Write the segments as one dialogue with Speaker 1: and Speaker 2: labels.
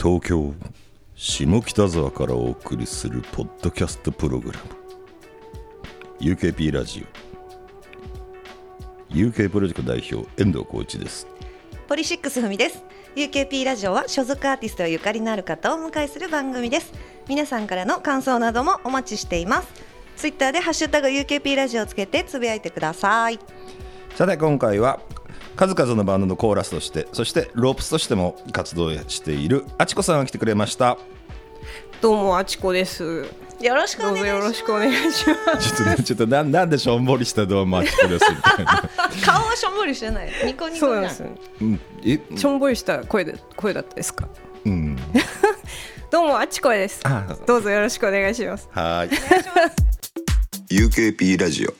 Speaker 1: 東京下北沢からお送りするポッドキャストプログラム UKP ラジオ UK プロジェクト代表遠藤浩一です
Speaker 2: ポリシックスふみです UKP ラジオは所属アーティストやゆかりのある方をお迎えする番組です皆さんからの感想などもお待ちしていますツイッターでハッシュタグ UKP ラジオをつけてつぶやいてください
Speaker 1: さて今回は数々のバンドのコーラスとしてそしてロープスとしても活動しているあちこさんが来てくれました
Speaker 3: どうもあちこです。
Speaker 2: よろしくお
Speaker 3: ど
Speaker 2: 願
Speaker 3: う
Speaker 2: いし
Speaker 3: ぞ
Speaker 2: ます
Speaker 3: よろしくお願いしま
Speaker 1: ちょっとねちょっとなんなんでしょんぼりしたどうもあちこですみたいな
Speaker 2: 顔はしょんぼりしてないニコニ
Speaker 3: す。
Speaker 2: コ
Speaker 3: そう
Speaker 2: なん
Speaker 3: なんです。
Speaker 1: うんえ
Speaker 3: しょんぼりした声で声だったですか。
Speaker 1: うん
Speaker 3: どうもあちこです
Speaker 1: あ。
Speaker 3: どうぞよろしくお願いします。
Speaker 1: はーい
Speaker 4: UKP ラジオ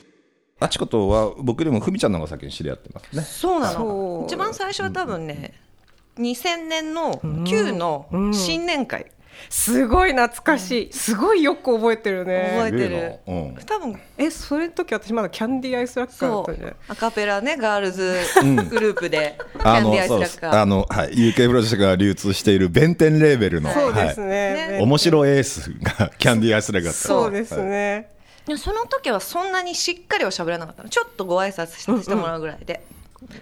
Speaker 1: あちことは僕よりもふみちゃんの方が先に知り合ってますね
Speaker 2: そうな
Speaker 3: そ
Speaker 2: の
Speaker 3: う
Speaker 2: 一番最初は多分ね2000年の旧の新年会
Speaker 3: すごい懐かしい。すごいよく覚えてるね。
Speaker 2: 覚えてる
Speaker 1: すげえなうん
Speaker 2: 多分
Speaker 3: えそれの時私まだキャンディーアイスラッカーだっ
Speaker 2: そ
Speaker 3: たんじゃな
Speaker 2: う
Speaker 3: い。
Speaker 2: アカペラねガールズグループでキ
Speaker 1: あ
Speaker 2: ャン
Speaker 1: の
Speaker 2: ディアイス
Speaker 1: そう
Speaker 2: ラ
Speaker 1: です
Speaker 2: ッカ
Speaker 1: あ
Speaker 2: ー
Speaker 1: の、はい、UK プロジェクトが流通している弁天レーベルの、
Speaker 3: そうです
Speaker 2: はい
Speaker 3: ね。
Speaker 1: はい、面白エースがキャンディーアイスラガーだった
Speaker 3: そうですね。
Speaker 2: いやその時はそんなにしっかりは喋らなかったのちょっとご挨拶ししてもらうぐらいで,、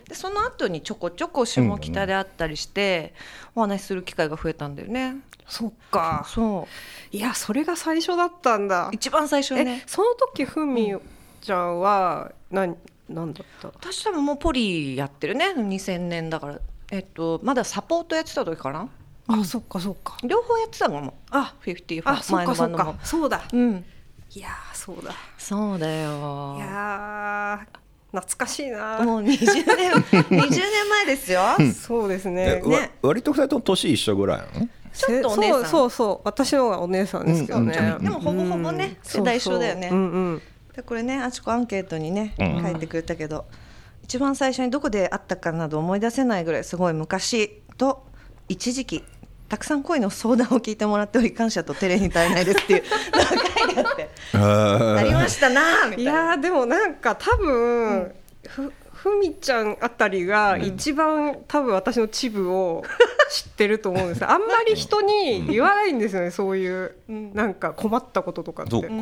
Speaker 2: でその後にちょこちょこ下北であったりして、お話しする機会が増えたんだよね
Speaker 3: そっか。
Speaker 2: そう
Speaker 3: いやそれが最初だったんだ。
Speaker 2: 一番最初
Speaker 3: え
Speaker 2: ね
Speaker 3: その時ふみちゃんは何何だった。
Speaker 2: 私多分もうポリやってるね2000年だからえっとまだサポートやってた時かな
Speaker 3: あそっかそっか。
Speaker 2: 両方やってたのも
Speaker 3: ああ
Speaker 2: 54
Speaker 3: そ
Speaker 2: 前
Speaker 3: っ
Speaker 2: の
Speaker 3: かそ
Speaker 2: バン
Speaker 3: っ
Speaker 2: ド
Speaker 3: か
Speaker 2: も。
Speaker 3: そうだ。
Speaker 2: うん
Speaker 3: いやーそうだ。
Speaker 2: そうだよ
Speaker 3: いやー懐かしいなー。
Speaker 2: もう20年 20年前ですよ
Speaker 3: そうです
Speaker 1: え
Speaker 3: ね。
Speaker 1: わ
Speaker 3: ね。
Speaker 1: 割と二人とも年一緒ぐらいなの
Speaker 2: ちょっとお姉さん
Speaker 3: せそうそうそう私の方がお姉さんですけどね。
Speaker 1: うんうん
Speaker 2: でもほぼほぼね世代一緒だよね
Speaker 3: そうそううんうん。
Speaker 2: でこれねあちこアンケートにね
Speaker 1: うん
Speaker 2: 書いてくれたけど、一番最初にどこで会ったかなど思い出せないぐらいすごい昔と一時期たくさん恋の相談を聞いてもらっており感謝と照れに足りないですっ ていう長いてあってありましたなあみた
Speaker 3: い
Speaker 2: いな
Speaker 3: やーでもなんか多分、ふふみちゃんあたりが一番、多分私のチブを知ってると思うんですよあんまり人に言わないんですよねそういう、なんか困ったこととかって。
Speaker 1: そうか、
Speaker 2: ん
Speaker 3: う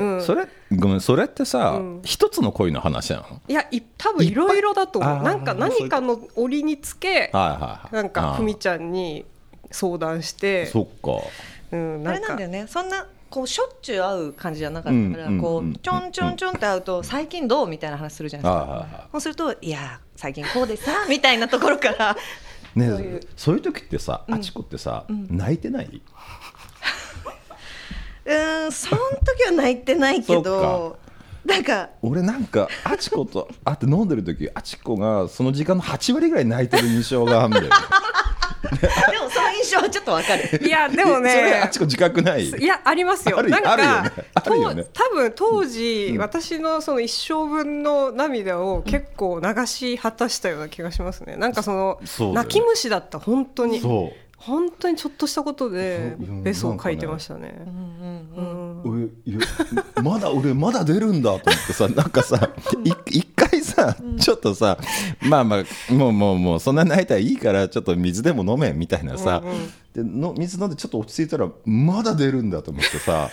Speaker 3: ん
Speaker 1: えそれごめんそれってさ、
Speaker 3: うん
Speaker 1: 一つの恋の話なのはい
Speaker 3: いやい多分いろいろだと
Speaker 1: いっ
Speaker 3: 思
Speaker 1: ぱ
Speaker 3: う
Speaker 1: い
Speaker 3: なんか
Speaker 1: あーそうい
Speaker 3: 何
Speaker 1: うこ
Speaker 3: かの折につけ
Speaker 1: はいはい
Speaker 3: なん
Speaker 1: あ
Speaker 3: か
Speaker 1: ー
Speaker 3: ふみちゃんに相談して
Speaker 1: そっか
Speaker 3: うん
Speaker 2: あ
Speaker 3: な
Speaker 2: れ
Speaker 3: ん
Speaker 2: なん
Speaker 3: か
Speaker 2: だよねそんなこうしょっちゅう会う感じじゃなかったから、
Speaker 1: うん
Speaker 2: こ
Speaker 1: うんうん
Speaker 2: うちょんちょんちょんって会うと「最近どう?」みたいな話するじゃないで
Speaker 1: は
Speaker 2: す
Speaker 1: いはい
Speaker 2: か
Speaker 1: は。
Speaker 2: そうすると「いやー最近こうでさ」みたいなところから
Speaker 1: ね
Speaker 2: そういう
Speaker 1: そういう時ってさ、あちこってさ、泣いてない
Speaker 2: 「うーんその時は泣いてないけ
Speaker 1: そ
Speaker 2: どなんか
Speaker 1: 俺なんかあちこと会って飲んでる時あちこがその時間の8割ぐらい泣いてる印象があるんだよね
Speaker 2: でもその印象はちょっとわかる。
Speaker 3: いやでも
Speaker 1: それあ
Speaker 3: ね
Speaker 1: ちこ自覚ない
Speaker 3: いやありますよ
Speaker 1: ある
Speaker 3: なんか
Speaker 1: あるよねあるよね
Speaker 3: と多分当時、私のその一生分の涙を結構流し果たしたような気がしますねなんかその
Speaker 1: そうだよね
Speaker 3: 泣き虫だった本当に
Speaker 1: そう
Speaker 3: 本当にちょっとしたことで
Speaker 1: そういや
Speaker 3: ベソを書いてましたねうん
Speaker 1: 俺いやまだ俺まだ出るんだと思って さなんかさい一回さちょっとさまあまあもうもうもうそんな泣いたらいいからちょっと水でも飲めみたいなさ、での水飲んでちょっと落ち着いたらまだ出るんだと思って さ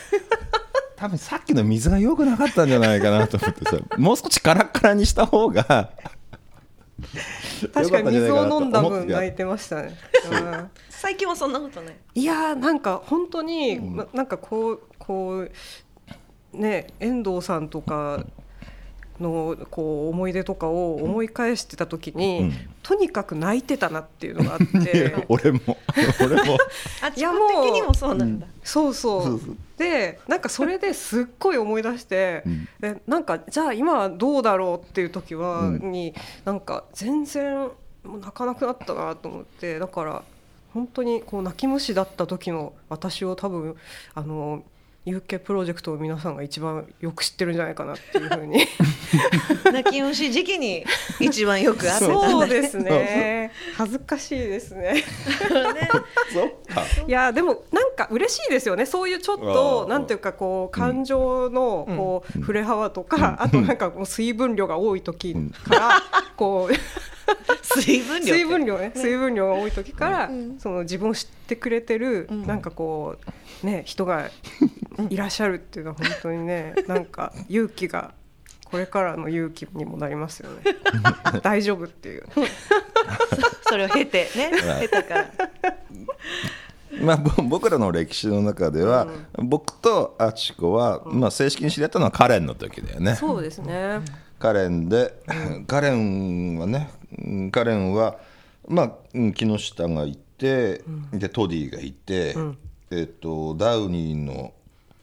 Speaker 1: 多分さっきの水が良くなかったんじゃないかなと思ってさもう少しカラッカラにした方が
Speaker 3: 確かに水を飲ん
Speaker 1: よかったんじゃないかなと
Speaker 3: だ分
Speaker 1: 思って
Speaker 3: 泣いてましたねうん
Speaker 2: 最近はそんなことない。
Speaker 3: いやーなんか本当に、ななんかこうこうね遠藤さんとかのこう思い出とかを思い返してた時に、
Speaker 1: うん
Speaker 3: とにかく泣いてたなっていうのがあっ
Speaker 1: いや
Speaker 3: て
Speaker 1: 俺も俺も
Speaker 2: あ、
Speaker 3: いやもう
Speaker 2: 基本的にもそうなんだ。
Speaker 3: そうそう
Speaker 1: そうそう
Speaker 3: でなんかそれですっごい思い出して、
Speaker 1: うん
Speaker 3: でなんかじゃあ今はどうだろうっていう時は、
Speaker 1: うん
Speaker 3: になんか全然もう泣かなくなったなと思ってだから本当にこう泣き虫だった時の私を多分あの UK プロジェクトの皆さんが一番よく知ってるんじゃないかなっていうふ うに
Speaker 2: 泣き虫時期に一番よくあったんだね。
Speaker 3: そうですね恥ずかしいですね。
Speaker 2: ね
Speaker 1: そっか
Speaker 3: いやでもなんか嬉しいですよねそういうちょっ
Speaker 1: あ
Speaker 3: と
Speaker 1: ー
Speaker 3: なんていうかこう感情のこう触れ幅とか、あとなんかもう水分量が多い時からこう
Speaker 2: 水分量って
Speaker 3: 水分量ね水分量が多い時から、
Speaker 2: うん
Speaker 3: その自分を知ってくれてる、
Speaker 2: うん
Speaker 3: なんかこうね人がいらっしゃるっていうのは本当に ねなんか勇気がこれからの勇気にもなりますよね 大丈夫っていう
Speaker 2: それを経てね
Speaker 1: はい
Speaker 2: 経たから
Speaker 1: まあ、ぼ僕らの歴史の中では、僕とあちこは、まあ、正式に知り合ったのはカレンの時だよね
Speaker 3: そうですね
Speaker 1: カレンで カレンはねうんカレンは、まあ、うん木下がいて、でトディがいて、えっとダウニーの、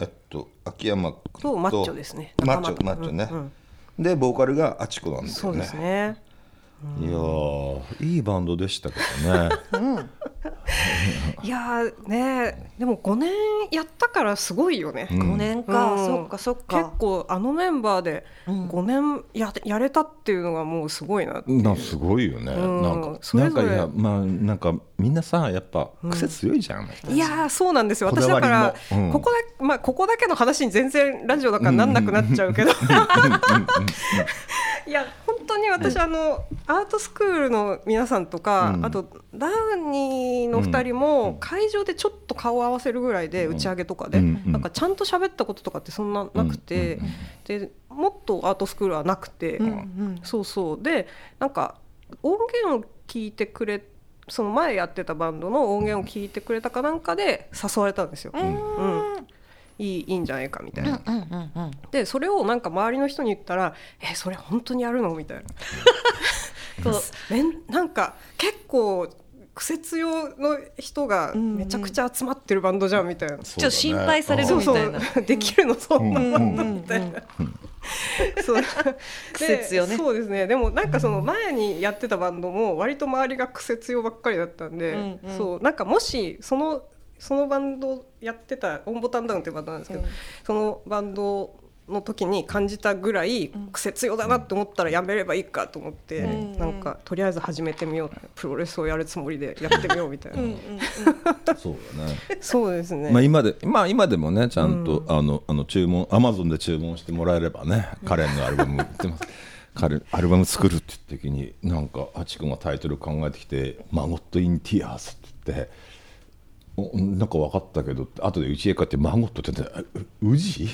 Speaker 1: えっと、秋山君
Speaker 3: とマッチョですね
Speaker 1: マッ
Speaker 3: 仲
Speaker 1: チ
Speaker 3: 間
Speaker 1: ョ
Speaker 3: と
Speaker 1: マッチョね、
Speaker 3: うんうん
Speaker 1: でボーカルがあちこなんだよね
Speaker 3: そうですね
Speaker 1: いやーいいバンドでしたけどね
Speaker 3: いやーねでも5年やったからすごいよね、
Speaker 1: うん
Speaker 2: 五年か、
Speaker 3: うん
Speaker 2: そっかそっか
Speaker 3: 結構あのメンバーで
Speaker 2: うん
Speaker 3: 5年ややれたっていうのがもうすごいなって
Speaker 1: なすごいよね、
Speaker 3: うん
Speaker 1: なんか
Speaker 3: それぞ
Speaker 1: なん
Speaker 3: れ
Speaker 1: かいやまあなんかみんなさやっぱ癖強いじゃん、
Speaker 3: いやーそうなんですよ
Speaker 1: こ
Speaker 3: 私
Speaker 1: だわ
Speaker 3: だ
Speaker 1: り
Speaker 3: か
Speaker 1: も
Speaker 3: ら
Speaker 1: うん
Speaker 3: ここだ、まあ、ここだけの話に全然ラジオだからなんなくなっちゃうけど いや本当に私あのアートスクールの皆さんとか
Speaker 1: うん
Speaker 3: あとダウニーの2人も会場でちょっと顔を合わせるぐらいで打ち上げとかで
Speaker 1: うんうん
Speaker 3: なんかちゃんと喋ったこととかってそんななくて
Speaker 1: うんうん
Speaker 3: でもっとアートスクールはなくて
Speaker 2: うんうん
Speaker 3: そうそうでなんか音源を聞いてくれその前やってたバンドの音源を聞いてくれたかなんかで誘われたんですよ、
Speaker 2: うんうん
Speaker 3: いいいいんじゃないかみたいな、
Speaker 2: うんうんうん
Speaker 3: でそれをなんか周りの人に言ったら「えそれ本当にやるの?」みたいな
Speaker 2: そう
Speaker 3: めんなんか結構癖強の人がめちゃくちゃ集まってるバンドじゃんみたいな、
Speaker 1: ち
Speaker 2: ちょっと心配される
Speaker 3: そう
Speaker 2: み
Speaker 3: そ
Speaker 2: たいな
Speaker 3: うできるのそんな
Speaker 1: うんうんうん
Speaker 3: みたいな。 そうで
Speaker 2: 癖強ね
Speaker 3: そうですねでもなんかその前にやってたバンドも割と周りが癖強ばっかりだったんで、
Speaker 2: うんうん
Speaker 3: そうなんかもしそのそのバンドやってたオンボタンダウンっていうバンドなんですけど、
Speaker 2: うん
Speaker 3: そのバンドの時に感じたぐらい癖強だなって思ったらやめればいいかと思って、
Speaker 2: うんうん
Speaker 3: なんかとりあえず始めてみようプロレスをやるつもりでやってみようみたいな、
Speaker 2: うんうん
Speaker 1: そうだね
Speaker 3: そうですね、
Speaker 1: まあ、今でまあ今でもねちゃんと、あのあの注文アマゾンで注文してもらえればねカレンのアルバム売ってますカレンアルバム作るって時になんかあちくんがタイトル考えてきて「マゴット・イン・ティアーズ」って言って。おなんか分かったけどって後で家へ帰って「マゴット」って言って「ううじ?」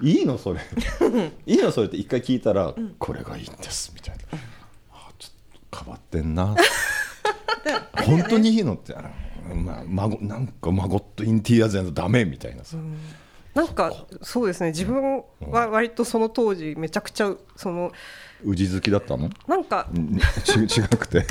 Speaker 1: いいのそれいいのそれって一回聞いたら、これがいいんですみたいな、あちょっと変わってんな本当にいいのってあのまあ孫なんかマゴットインティアーズやんとダメみたいなさ、
Speaker 3: なんかそうですね自分は割とその当時めちゃくちゃその
Speaker 1: うじ好きだったの
Speaker 3: なんか
Speaker 1: うんち違くて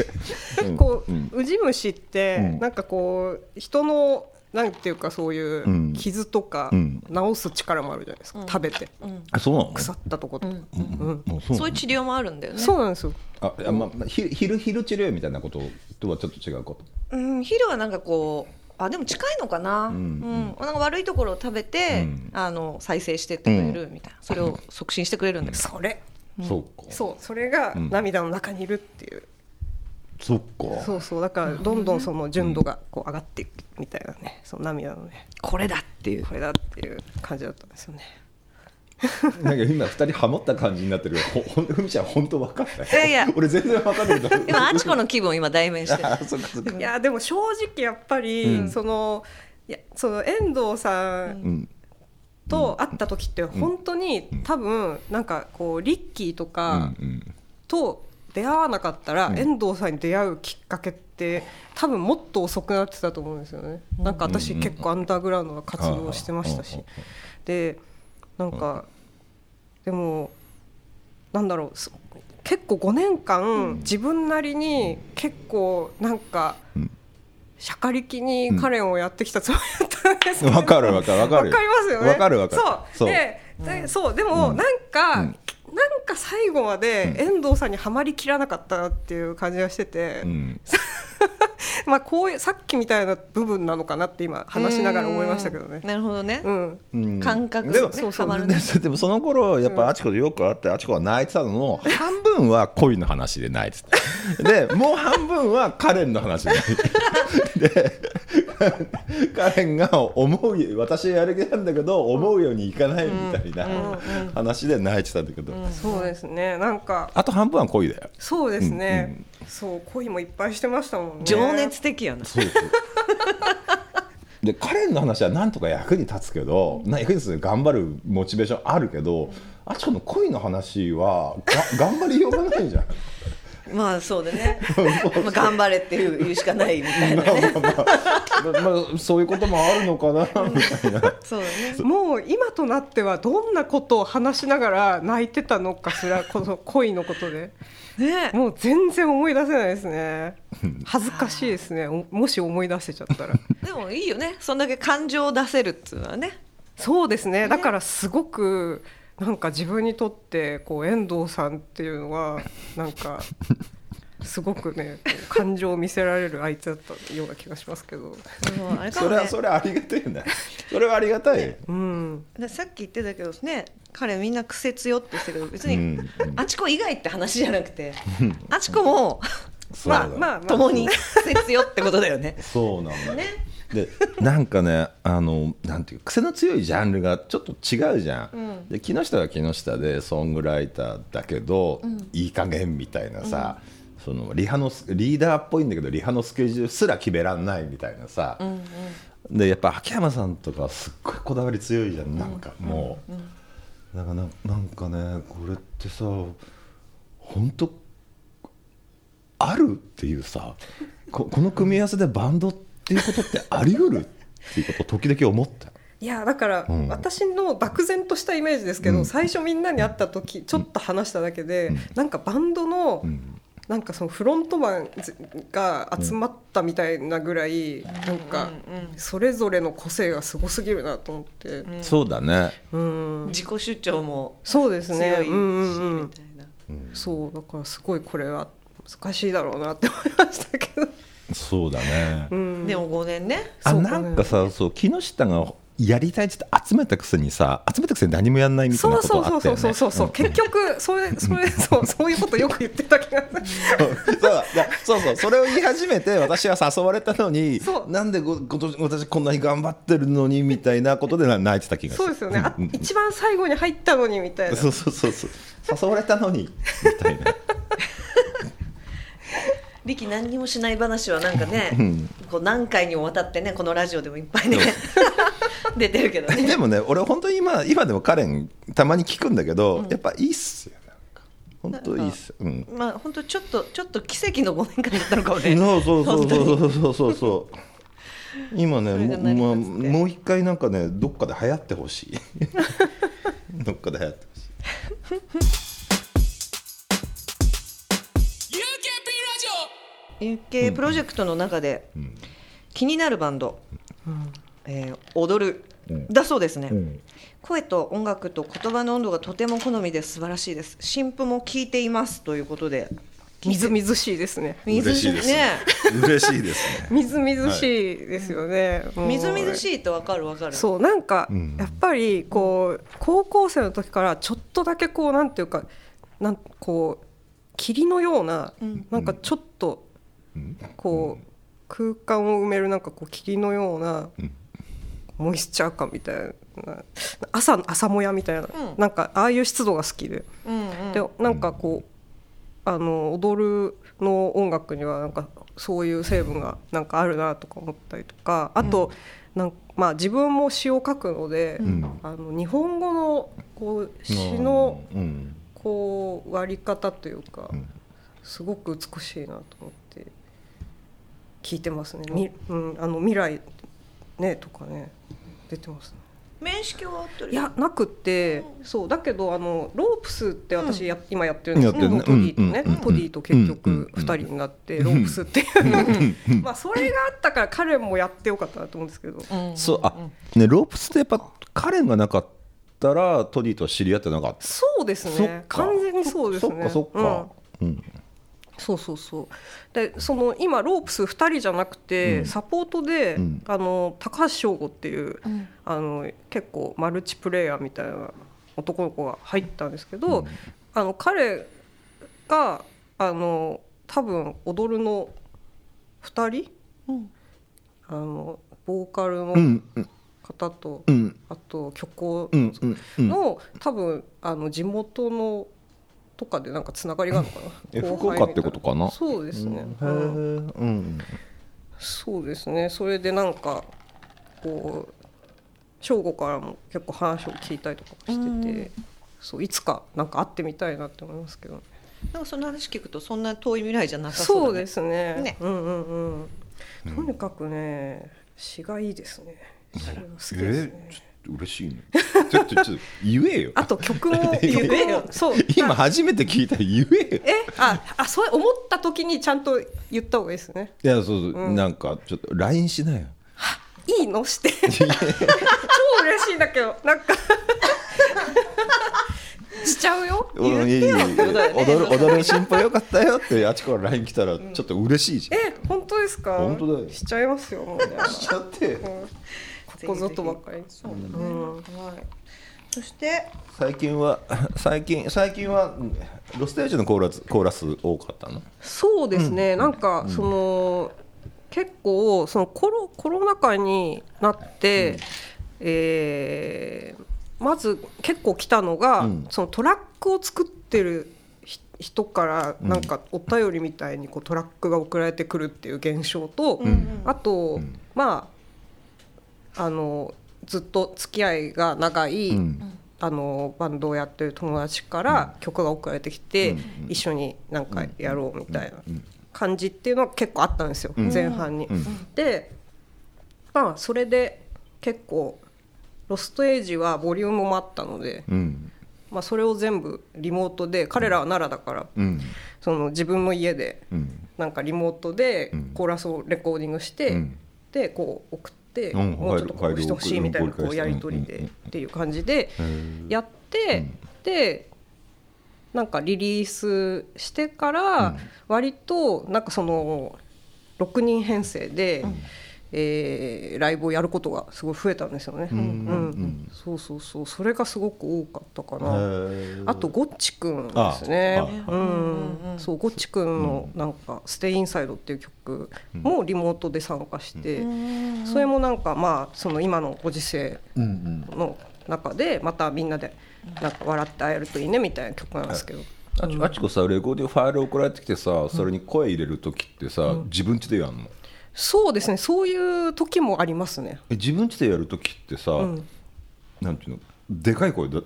Speaker 3: こう、
Speaker 1: うん
Speaker 3: ウジ虫って、
Speaker 1: うん
Speaker 3: なんかこう人のなんていうかそういう
Speaker 1: うん
Speaker 3: う傷とか
Speaker 1: うん
Speaker 3: 治す力もあるじゃないですか、食べて
Speaker 2: うん
Speaker 1: あそうなの
Speaker 3: 腐ったとことか、うん
Speaker 1: もう
Speaker 2: う
Speaker 1: そう
Speaker 2: ん
Speaker 1: な
Speaker 2: そうい
Speaker 1: の
Speaker 2: う治療もあるんだよね
Speaker 3: そうなんですよ
Speaker 1: あいやまあまあひ昼昼治療みたいなこととはちょっと違うこと
Speaker 2: うん、ヒルはなんかこうあでも近いのかな,、
Speaker 1: う
Speaker 2: うんんなんか悪いところを食べて、
Speaker 1: うん
Speaker 2: あの再生してってくれるみたいな、それを促進してくれるんだけど、
Speaker 3: それ
Speaker 1: そうか
Speaker 3: そうそれが
Speaker 1: うん
Speaker 3: 涙の中にいるっていう、
Speaker 1: そっ
Speaker 3: そ
Speaker 1: か
Speaker 3: うそうだからどんどんその純度がこう上がっていくみたいなねその涙のね
Speaker 2: これだっていう
Speaker 3: これだっていう感じだったんですよね
Speaker 1: なんか今二人ハモった感じになってるほほんふみちゃん本当分かったよ
Speaker 2: いやいや
Speaker 1: 俺全然分かんないけど
Speaker 2: 今あちこの気分を今代弁してる
Speaker 1: あそうかそうか
Speaker 3: いやでも正直やっぱり、
Speaker 1: うん
Speaker 3: そのいやその遠藤さん
Speaker 1: うん
Speaker 3: と会った時って本当に多分なんかこうリッキーとか
Speaker 1: うん
Speaker 3: と出会わなかったら遠藤さんに出会うきっかけって多分もっと遅くなってたと思うんですよね。なんか私
Speaker 1: うん
Speaker 3: 結構アンダーグラウンドの活動をしてましたしでなんかでもなんだろうす結構5年間自分なりに結構なんか
Speaker 1: うん
Speaker 3: しゃかりきにカレンをやってきたつもりだったんですけど
Speaker 1: わかるわかるわか
Speaker 3: わ
Speaker 1: る
Speaker 3: かりますよね。
Speaker 1: わかるわかる
Speaker 3: そう。で、でそうでも、
Speaker 1: うん
Speaker 3: なんか、
Speaker 1: うん
Speaker 3: なんか最後まで遠藤さんにはまりきらなかったなっていう感じがしてて、
Speaker 1: うん
Speaker 3: まあこういうさっきみたいな部分なのかなって今話しながら思いましたけどね
Speaker 2: うん。なるほどね、
Speaker 3: うん。
Speaker 1: うん
Speaker 2: 感覚
Speaker 1: でも
Speaker 2: がね
Speaker 3: そうそ
Speaker 2: 変
Speaker 3: う
Speaker 2: わる
Speaker 1: で
Speaker 2: ね
Speaker 1: でもその頃やっぱあちこでよく会ってあちこが泣いてたのの半分は恋の話で泣いて たでもう半分はカレンの話で泣いてたで カレンが思うよ私やる気なんだけど思うようにいかないみたい
Speaker 3: うんう
Speaker 1: なん話で泣いてたんだけど、
Speaker 3: そうですねなんか
Speaker 1: あと半分は恋だよ
Speaker 3: そうですね、そう恋もいっぱいしてましたもんね
Speaker 2: 情熱的やな
Speaker 1: そうそうでカレンの話はなんとか役に立つけど、な役に立つ頑張るモチベーションあるけど、あちこの恋の話はが頑張りようがないじゃん。
Speaker 2: まあそう だねまあ頑張れっていう言うしかないみたい
Speaker 1: ま
Speaker 2: な
Speaker 1: あまあまあ、まあ、そういうこともあるのかなみたいな。
Speaker 2: そうだね
Speaker 3: もう今となってはどんなことを話しながら泣いてたの かすらこの恋のことで
Speaker 2: ね
Speaker 3: もう全然思い出せないですね恥ずかしいですねおもし思い出せちゃったら
Speaker 2: でもいいよねそんだけ感情を出せるっていうのはね
Speaker 3: そうですねだからすごくなんか自分にとってこう遠藤さんっていうのはなん かすごくねこう感情を見せられるあいつだったような気がしますけど
Speaker 2: もうあれか
Speaker 1: そ
Speaker 2: も
Speaker 1: れ
Speaker 2: ね
Speaker 1: はそれはありがたいよね。それはありがたい。
Speaker 3: うん
Speaker 2: でさっき言ってたけどね彼みんな癖強って言ってたけど別
Speaker 1: う
Speaker 2: に
Speaker 1: ん
Speaker 2: あちこ以外って話じゃなくてあちこも
Speaker 1: そう
Speaker 2: まあ
Speaker 1: だ
Speaker 2: まあ
Speaker 3: まあ
Speaker 2: 共に癖強ってことだよね
Speaker 1: そうなんだよ
Speaker 2: ね
Speaker 1: でなんかねあのなんていうか癖の強いジャンルがちょっと違うじゃん、で木下は木下でソングライターだけど、いい加減みたいなさ、そのリハのスリーダーっぽいんだけどリハのスケジュールすら決めらんないみたいなさ、でやっぱ秋山さんとかすっごいこだわり強いじゃんなんかもう、だからななんかねこれってさ本当あるっていうさここの組み合わせでバンドっていうことってあり得るっていうことを時々思った
Speaker 3: いやだから、
Speaker 1: うん
Speaker 3: 私の漠然としたイメージですけど、最初みんなに会った時ちょっと話しただけで、なんかバンドの、
Speaker 1: ん
Speaker 3: なんかそのフロントマンが集まったみたいなぐらい、なんかそれぞれの個性がすごすぎるなと思って、
Speaker 1: そうだね
Speaker 3: うん
Speaker 2: 自己主張も
Speaker 3: そうですね
Speaker 2: 強いし
Speaker 3: うんうんう
Speaker 2: み
Speaker 3: ん
Speaker 2: たいな
Speaker 3: そうだからすごいこれは難しいだろうなって思いましたけど、
Speaker 1: そうだね、
Speaker 3: うん、
Speaker 2: でも5年ね
Speaker 1: あ
Speaker 3: そう
Speaker 1: な
Speaker 3: かね
Speaker 1: んかさそう木下がやりたいって言って集めたくせにさ集めたくせに何もやんないみたい
Speaker 3: そ
Speaker 1: な
Speaker 3: う
Speaker 1: こ
Speaker 3: そ
Speaker 1: と
Speaker 3: う
Speaker 1: あ
Speaker 3: そう
Speaker 1: った
Speaker 3: そ
Speaker 1: よ
Speaker 3: う
Speaker 1: ね
Speaker 3: そうそうそう結局それそれそうそういうことよく言ってた気がする。
Speaker 1: そうだそうそうそれを言い始めて私は誘われたのに
Speaker 3: そう
Speaker 1: なんでごごと私こんなに頑張ってるのにみたいなことでな泣いてた気がする
Speaker 3: そうですよね、あ
Speaker 1: んんん
Speaker 3: 一番最後に入ったのにみたいな
Speaker 1: そうそうそうそう誘われたのにみたいな
Speaker 2: 力何にもしない話はなんかね、
Speaker 1: ん
Speaker 2: こう何回にもわたってねこのラジオでもいっぱいね 出てるけどね
Speaker 1: でもね俺本当に今今でもカレンたまに聞くんだけど、やっぱいいっすよなんか本当いいっすようん
Speaker 2: まあ本当ちょっとちょっと奇跡の5年間だったのかもね
Speaker 1: そうそうそう
Speaker 2: 本当に
Speaker 1: そうそうそうそう 今ね
Speaker 2: それが
Speaker 1: も,、
Speaker 2: 成り
Speaker 1: まあ、
Speaker 2: 立つって
Speaker 1: もう一回なんかねどっかで流行ってほしいどっかで流行ってほしい
Speaker 4: UKP ラジオ
Speaker 2: UK プロジェクトの中で気になるバンド、えー踊る、だそうですね、
Speaker 1: ん
Speaker 2: 声と音楽と言葉の温度がとても好みで素晴らしいです新譜も聴いていますということで
Speaker 3: みずみずしいですね
Speaker 1: 嬉しいですね嬉しいです ね
Speaker 3: みずみずしいですよね、もう
Speaker 2: みずみずしいってわかるわかる
Speaker 3: そうなんか
Speaker 1: うん
Speaker 3: やっぱりこう高校生の時からちょっとだけこうなんていうかなんこう霧のような、なんかちょっとこう空間を埋めるなんかこう霧のようなモイスチャー感みたいな朝朝もやみたいな、なんかああいう湿度が好きで。
Speaker 2: うんうん
Speaker 3: でなんかこうあの踊るの音楽にはなんかそういう成分がなんかあるなとか思ったりとかあと、なんまあ、自分も詩を書くので、
Speaker 1: ん
Speaker 3: あの日本語のこう詩の
Speaker 1: うん
Speaker 3: こう割り方というか、
Speaker 1: ん
Speaker 3: すごく美しいなと思って聞いてますね。みうん、あの未来ねとかね出てますね。
Speaker 2: 面識はあったり
Speaker 3: いやなくってそうだけどあのロープスって私や、今やってるん
Speaker 1: や
Speaker 3: で
Speaker 1: っ
Speaker 3: す
Speaker 1: て
Speaker 3: け
Speaker 1: るね
Speaker 3: ど、ポディとね、
Speaker 1: うんうんうん
Speaker 3: ポディと結
Speaker 1: うん
Speaker 3: 局2人になってロープスっていう まあそれがあったから彼もやってよかったなと思うんですけど、
Speaker 1: そうあねロープスってやっぱカレンがなかったらトディと知り合ってなかった
Speaker 3: そうです
Speaker 1: そっ
Speaker 3: ね
Speaker 1: か
Speaker 3: 完全にそうですね
Speaker 1: そっかそっか、うん
Speaker 3: うんそうそうそうでその今ロープス2人じゃなく
Speaker 1: う
Speaker 3: て、
Speaker 1: ん
Speaker 3: サポートで、
Speaker 1: うん
Speaker 3: あの高橋翔吾っていう、あの結構マルチプレイヤーみたいな男の子が入ったんですけど、あの彼があの多分踊るの2人、あのボーカル
Speaker 1: う
Speaker 3: の
Speaker 1: んうん
Speaker 3: 方と、
Speaker 1: うん
Speaker 3: あと虚構
Speaker 1: うんうんうん
Speaker 3: の、多分あの地元のとかでなんかつながりがあるのかな
Speaker 1: え
Speaker 3: 後輩
Speaker 1: 福岡ってことかな
Speaker 3: みたいそうですね、
Speaker 1: うん
Speaker 3: うん
Speaker 1: へえうん
Speaker 3: そうですねそれでなんかこう正吾からも結構話を聞いたりとかしてて、
Speaker 2: うん
Speaker 3: そういつかなんか会ってみたいなって思いますけど、
Speaker 2: なんかその話聞くとそんな遠い未来じゃなさそう
Speaker 3: そう
Speaker 2: だね
Speaker 3: ですね
Speaker 2: ね
Speaker 3: うんうんうんとにかくね詩がいいですね詩が好きです
Speaker 1: え
Speaker 3: ね
Speaker 1: ちょっと嬉しいねちょっとちょっと言えよ
Speaker 3: あと曲も
Speaker 1: 言
Speaker 3: 曲
Speaker 2: えよ
Speaker 3: もそう
Speaker 1: 今
Speaker 3: あ
Speaker 1: 初めて聞いたら言えよ
Speaker 3: えああそう思った時にちゃんと言った方がいいですね
Speaker 1: いやそうそう
Speaker 3: うん
Speaker 1: なんかちょっと LINE しなよ
Speaker 3: いいのして超嬉しいんだけどなん かしちゃうよ
Speaker 1: うんいいいいいい踊る踊る進歩よかったよってあちから LINE 来たらちょっと嬉しいじゃん
Speaker 3: え本当ですか
Speaker 1: 本当だよ
Speaker 3: しちゃいますよもうね
Speaker 1: しちゃって
Speaker 3: うんここぞとばかり
Speaker 2: そうだね、
Speaker 3: うん
Speaker 2: はいそして
Speaker 1: 最近は最近最近はロステージのコーラスコーラス多かったの
Speaker 3: そうですね、なんかその、結構そのコロコロナ禍になって、えーまず結構来たのが、
Speaker 1: うん
Speaker 3: そのトラックを作ってるひ人からなんかお便りみたいにこうトラックが送られてくるっていう現象と、
Speaker 2: うんうん
Speaker 3: あと、
Speaker 1: うん
Speaker 3: まああのずっと付き合いが長い、
Speaker 1: うん
Speaker 3: あのバンドをやってる友達から曲が送られてきて、
Speaker 1: うん
Speaker 3: 一緒になんかやろうみたいな
Speaker 1: うん
Speaker 3: 感じっていうのは結構あったんですよ、
Speaker 1: うん
Speaker 3: 前半に。
Speaker 1: うん
Speaker 3: でまあそれで結構「ロストエイジ」はボリュームもあったので、
Speaker 1: うん
Speaker 3: まあ、それを全部リモートで彼らは奈良だから
Speaker 1: うん
Speaker 3: その自分の家で
Speaker 1: うん
Speaker 3: なんかリモートで
Speaker 1: うん
Speaker 3: コーラスをレコーディングして、
Speaker 1: うん
Speaker 3: でこう送って、
Speaker 1: うん
Speaker 3: もうちょっとこ
Speaker 1: ファイル
Speaker 3: うしてほしいみたいな
Speaker 1: ファイル
Speaker 3: こ
Speaker 1: を
Speaker 3: う
Speaker 1: 送る
Speaker 3: やり取り
Speaker 1: うんうん
Speaker 3: で
Speaker 1: うん
Speaker 3: っていう感じで
Speaker 1: うん
Speaker 3: やって、
Speaker 1: うん
Speaker 3: でなんかリリースしてから
Speaker 1: うん
Speaker 3: 割となんかその6人編成で、
Speaker 1: ん
Speaker 3: えーライブをやることがすごい増えたんですよね。
Speaker 1: うん
Speaker 3: うんそうそうそうそれがすごく多かったかな。
Speaker 1: へー
Speaker 3: あとゴッチくんですね
Speaker 1: あはい。
Speaker 3: う
Speaker 2: うんうん
Speaker 3: ん
Speaker 2: う、ん
Speaker 3: そうゴッチくんのなんかステイインサイドっていう曲もリモートで参加して、それもなんかまあその今のご時世
Speaker 1: うんうん
Speaker 3: の中でまたみんなでなんか笑って会えるといいねみたいな曲なんですけど、
Speaker 1: あちあちこさレコーディングファイル送られてきてさそれに声入れる時ってさ自分ちでやんの
Speaker 3: そうですね。そういう時もありますね。
Speaker 1: え自分ちでやる時ってさ
Speaker 3: うん、
Speaker 1: なんていうのでかい声だだ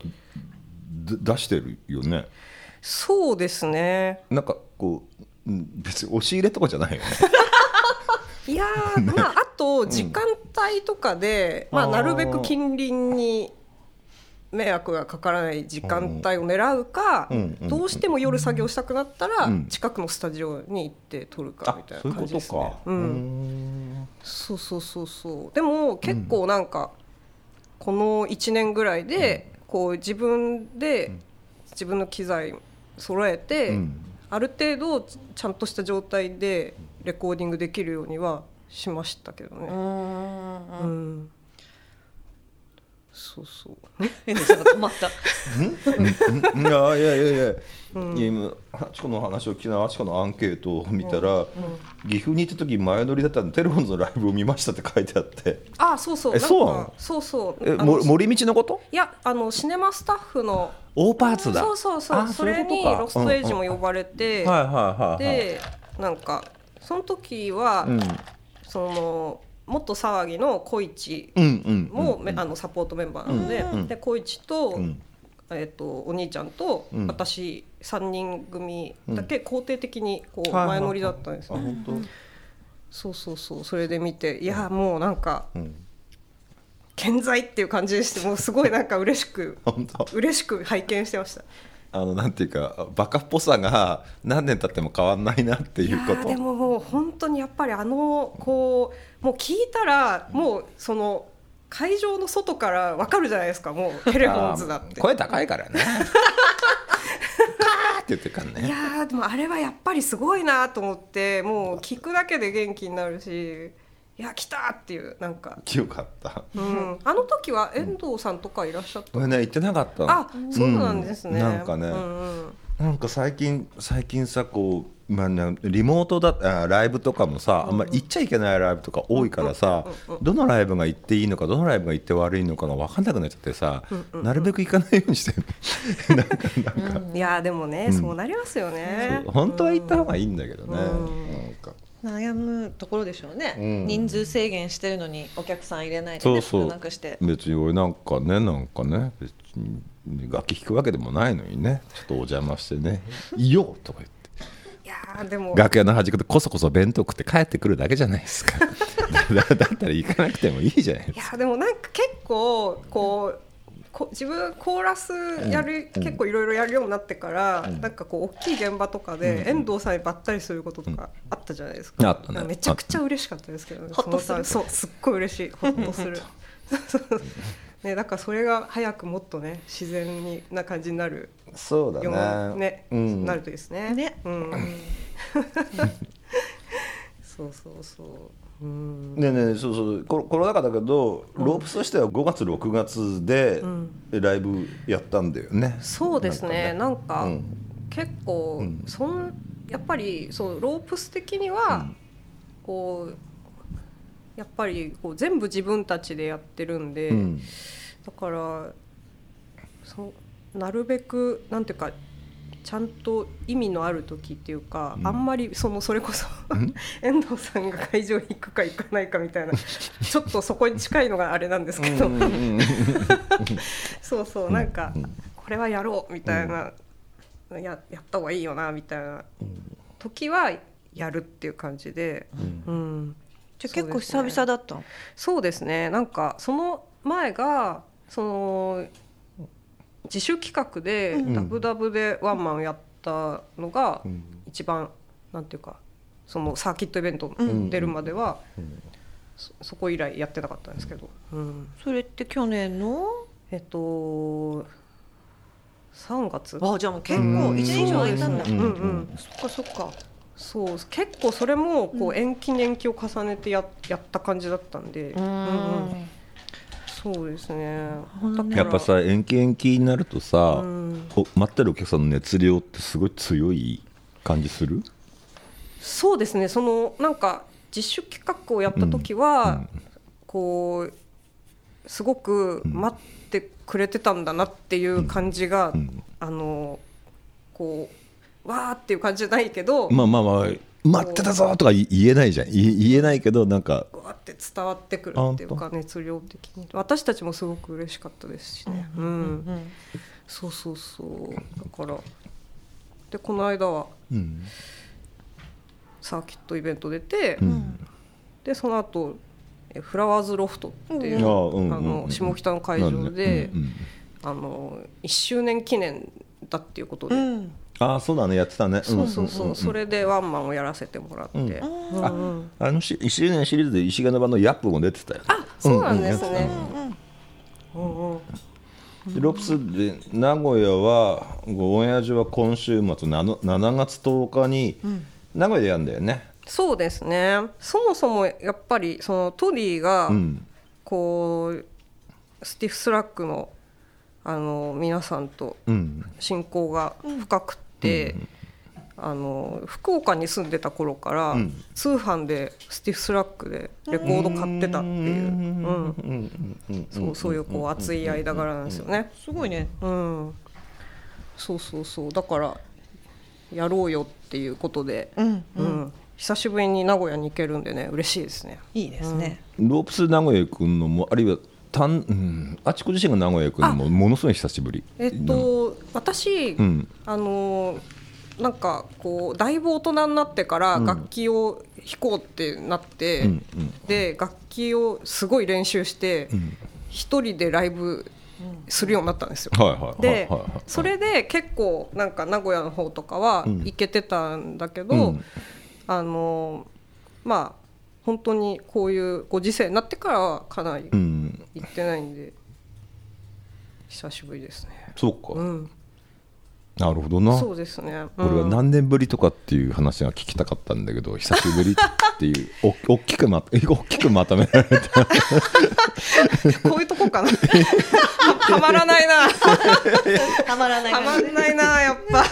Speaker 1: 出してるよね
Speaker 3: そうですね。
Speaker 1: なんかこううん別に押し入れとかじゃ ないよね
Speaker 3: いや ー、まああと時間帯とかで、まあ
Speaker 1: あー
Speaker 3: なるべく近隣に迷惑がかからない時間帯を狙うか
Speaker 1: うんうんうん、
Speaker 3: どうしても夜作業したくなったら
Speaker 1: うん
Speaker 3: 近くのスタジオに行って撮るか
Speaker 1: あ
Speaker 3: みたい
Speaker 1: そうい
Speaker 3: な
Speaker 1: うこ
Speaker 3: 感じで
Speaker 1: と
Speaker 3: すね
Speaker 1: か。
Speaker 3: う。
Speaker 1: うんん
Speaker 3: そうそうそうそうでも結構なんか、この1年ぐらいで、こう自分で、自分の機材揃えて、
Speaker 1: うん
Speaker 3: ある程度ちゃんとした状態でレコーディングできるようにはしましたけど
Speaker 2: う
Speaker 3: ね。
Speaker 2: ん
Speaker 3: うんそうそう
Speaker 2: エミさんが止まった
Speaker 1: いやいやいやいや、今あちこの話を聞きながらあちこのアンケートを見たら、岐阜に行った時前乗りだったんでテレフォンズのライブを見ましたって書いてあって
Speaker 3: あそうそう
Speaker 1: え
Speaker 3: なんか
Speaker 1: そうなの
Speaker 3: そうそう
Speaker 1: え
Speaker 3: あの
Speaker 1: も森道のこと
Speaker 3: いやあのシネマスタッフの
Speaker 1: オーパーツだ
Speaker 3: そうそうそう
Speaker 1: あ
Speaker 3: それ
Speaker 1: うい
Speaker 3: に
Speaker 1: うことか
Speaker 3: ロストエイジも
Speaker 1: うん
Speaker 3: 呼ばれて、
Speaker 1: うんはいはいはいはい
Speaker 3: でなんかその時は、
Speaker 1: うん
Speaker 3: そのもっと騒ぎの小市
Speaker 1: うんうん
Speaker 3: も、
Speaker 1: うん
Speaker 3: めあのサポートメンバーなので,、
Speaker 1: うんうん
Speaker 3: で小市と,、
Speaker 1: うん
Speaker 3: えっとお兄ちゃんと、
Speaker 1: うん
Speaker 3: 私3人組だけ肯定的にこ
Speaker 1: は
Speaker 3: う
Speaker 1: いはいは
Speaker 3: 前
Speaker 1: い
Speaker 3: 乗りだったんです
Speaker 1: あ
Speaker 3: よ、ね
Speaker 1: 本当
Speaker 3: そうそうそうそれで見ていやもうなんか
Speaker 1: うん
Speaker 3: 健在っていう感じでしてもうすごいなんか嬉しく
Speaker 1: 本当
Speaker 3: 嬉しく拝見してました
Speaker 1: あのなんていうかバカっぽさが何年経っても変わんないなっていうこ
Speaker 3: やー
Speaker 1: と
Speaker 3: でももう本当にやっぱりあのこうもう聞いたらもうその会場の外からわかるじゃないですかもうテレフォンズだって
Speaker 1: あー声高いから ねカーって言ってるから
Speaker 3: い
Speaker 1: ね
Speaker 3: やーでもあれはやっぱりすごいなと思ってもう聞くだけで元気になるしいや来たっていうなんか、
Speaker 1: よかった
Speaker 3: うん、あの時は遠藤さんとかいらっしゃった、
Speaker 1: 俺ね行ってなかったの
Speaker 3: あそうなんですね、
Speaker 1: うなんかね、
Speaker 3: うんうん
Speaker 1: なんか最近最近さこう、まあね、リモートだあライブとかもさあんまり行っちゃいけないライブとか多いからさどのライブが行っていいのかどのライブが行って悪いのかが分かんなくなっちゃってさなるべく行かないようにしてる なんかなんか、
Speaker 3: いやーでもね、そうなりますよね
Speaker 1: そう本当は行った方がいいんだけどね、
Speaker 3: うん
Speaker 1: なんか
Speaker 2: 悩むところでしょうね、
Speaker 1: うん
Speaker 2: 人数制限してるのにお客さん入れないで、ね、少なくして
Speaker 1: 別に俺なんかねなんかね別に楽器弾くわけでもないのにねちょっとお邪魔してね「いよ!」とか言って
Speaker 3: いやーでも
Speaker 1: 楽屋の端っこでこそこそ弁当食って帰ってくるだけじゃないですか だだったら行かなくてもいいじゃないで
Speaker 3: い
Speaker 1: すか
Speaker 3: やでもなんか結構こうこ自分コーラスやる、
Speaker 1: うん
Speaker 3: 結構いろいろやるようになってから、
Speaker 1: ん
Speaker 3: なんかこう大きい現場とかで遠藤さんにばったりすることとかあったじゃないです
Speaker 1: うんあ
Speaker 3: か
Speaker 1: っ、たね
Speaker 3: めちゃくちゃ嬉しかったですけどね
Speaker 2: ほっとする
Speaker 3: そのさそうすっごい嬉しいほっとする ねだからそれが早くもっとね自然にな感じになる
Speaker 1: そう
Speaker 3: ようにね
Speaker 1: うん、
Speaker 3: なるといいですね
Speaker 2: ね
Speaker 3: うん、そうそうそううん
Speaker 1: ねえねえそうそうコロコロナ禍だけどロープスとしては5月6月で
Speaker 3: ん
Speaker 1: ライブやったんだよね、
Speaker 3: そうですねなんか
Speaker 1: うん
Speaker 3: 結構、
Speaker 1: うん
Speaker 3: そんやっぱりそうロープス的には、
Speaker 1: うん
Speaker 3: こうやっぱりこう全部自分たちでやってるんで、
Speaker 1: うん
Speaker 3: だからそうなるべくなんていうかちゃんと意味のある時っていうか、
Speaker 1: うん
Speaker 3: あんまりそのそれこそ
Speaker 1: ん
Speaker 3: 遠藤さんが会場に行くか行かないかみた いなちょっとそこに近いのがあれなんですけど、
Speaker 1: うんうんうん
Speaker 3: そうそううんなんか、
Speaker 1: うん
Speaker 3: これはやろうみたいな、ややった方がいいよなみたいな時はやるっていう感じで、うん、
Speaker 2: じゃあ結構久
Speaker 3: そうです
Speaker 2: 々
Speaker 3: ね
Speaker 2: だったの
Speaker 3: そうですねなんかその前がその自主企画で
Speaker 1: ん
Speaker 3: ダブダブでワンマンやったのが
Speaker 1: うん
Speaker 3: 一番なんていうかそのサーキットイベント
Speaker 1: ん
Speaker 3: 出るまでは
Speaker 1: うん
Speaker 3: そそこ以来やってなかったんですけど、うん、
Speaker 2: それって去年の
Speaker 3: えっと3月
Speaker 2: あじゃあもう結構
Speaker 1: うん
Speaker 2: 一年以上空いたんだ、
Speaker 1: うん
Speaker 3: うんうん
Speaker 2: そっかそっか
Speaker 3: そう結構それもこ
Speaker 2: う
Speaker 3: う延期に延期を重ねてややった感じだったんで、
Speaker 2: う
Speaker 3: うんうん
Speaker 2: ん
Speaker 3: そうですね
Speaker 2: ほどね
Speaker 1: やっぱさ延期延期になるとさ、
Speaker 3: うん
Speaker 1: お待ってるお客さんの熱量ってすごい強い感じする
Speaker 3: そうですねそのなんか自主企画をやった時は、こうすごく待ってくれてたんだなっていう感じが、
Speaker 1: うん
Speaker 3: あのこうわーっていう感じじゃないけど、
Speaker 1: まあまあまあ待ってたぞとか言言えないじゃん言言えないけどなんか
Speaker 3: わーって伝わってくるっていう
Speaker 1: あ
Speaker 3: か熱量的に私たちもすごく嬉しかったですしね。うん
Speaker 2: うん
Speaker 3: そうそうそうだからでこの間は
Speaker 1: うん
Speaker 3: サーキットイベント出て、
Speaker 1: うん
Speaker 3: でその後えフラワーズロフトっていう、
Speaker 2: うん
Speaker 1: ああうんうん
Speaker 3: あの下北の会場で、あの1周年記念だっていうこと
Speaker 2: う
Speaker 3: で、
Speaker 2: ん
Speaker 1: ああそうだねやってたね
Speaker 3: そうそうそう,、
Speaker 1: んんん
Speaker 3: それでワンマンをやらせてもらって、
Speaker 1: う
Speaker 3: うんん
Speaker 2: うん
Speaker 3: うん
Speaker 1: あのし1周年シリーズで石川の版の「ヤップも出てたよね
Speaker 3: あそうなんで
Speaker 1: う
Speaker 3: す
Speaker 1: んうんや
Speaker 3: ね
Speaker 1: ってた、
Speaker 2: うん
Speaker 3: うんうん
Speaker 1: でロプスで名古屋はごオンエア上は今週末なの7月10日に名古屋でやるんだよね
Speaker 3: そうですねそもそもやっぱりそのトディが、
Speaker 1: うん
Speaker 3: こうスティフ・スラックのあの皆さんと
Speaker 1: うん
Speaker 3: 親交が深くて、あの福岡に住んでた頃から、
Speaker 1: うん
Speaker 3: 通販でスティーフ・スラックでレコード買ってたっていう、うんそうそういうこう熱い間柄なんですよね。
Speaker 2: すごいね
Speaker 3: うん、そうそうそうだからやろうよっていうことで、
Speaker 2: うん
Speaker 3: うん久しぶりに名古屋に行けるんでね嬉しいですね。
Speaker 2: いいですね
Speaker 1: ロープス名古屋行くのもあるいはたん、うん、あちこ自身が名古屋行くのもものすごい久しぶり
Speaker 3: えっと私、
Speaker 1: うん
Speaker 3: あのーなんかこうだいぶ大人になってから楽器を弾こうってなって、
Speaker 1: うんうん
Speaker 3: で楽器をすごい練習して
Speaker 1: ん
Speaker 3: 一、人でライブするようになったんですよ。
Speaker 1: はいはいはい
Speaker 3: で
Speaker 1: はいはい
Speaker 3: それで結構なんか名古屋の方とかは
Speaker 1: うん
Speaker 3: 行けてたんだけど、
Speaker 1: うん
Speaker 3: あのーまあ本当にこういうご時世になってからはかなり
Speaker 1: うん
Speaker 3: 行ってないんで、久しぶりですね。
Speaker 1: そうか、
Speaker 3: うん、
Speaker 1: なるほどな
Speaker 3: そうですね。うん
Speaker 1: 俺は何年ぶりとかっていう話が聞きたかったんだけど久しぶりっていうお大 きくま大きくまとめられた
Speaker 3: こういうとこかな。 はまらないな。は
Speaker 2: たまらない
Speaker 3: まんないな、やっぱ。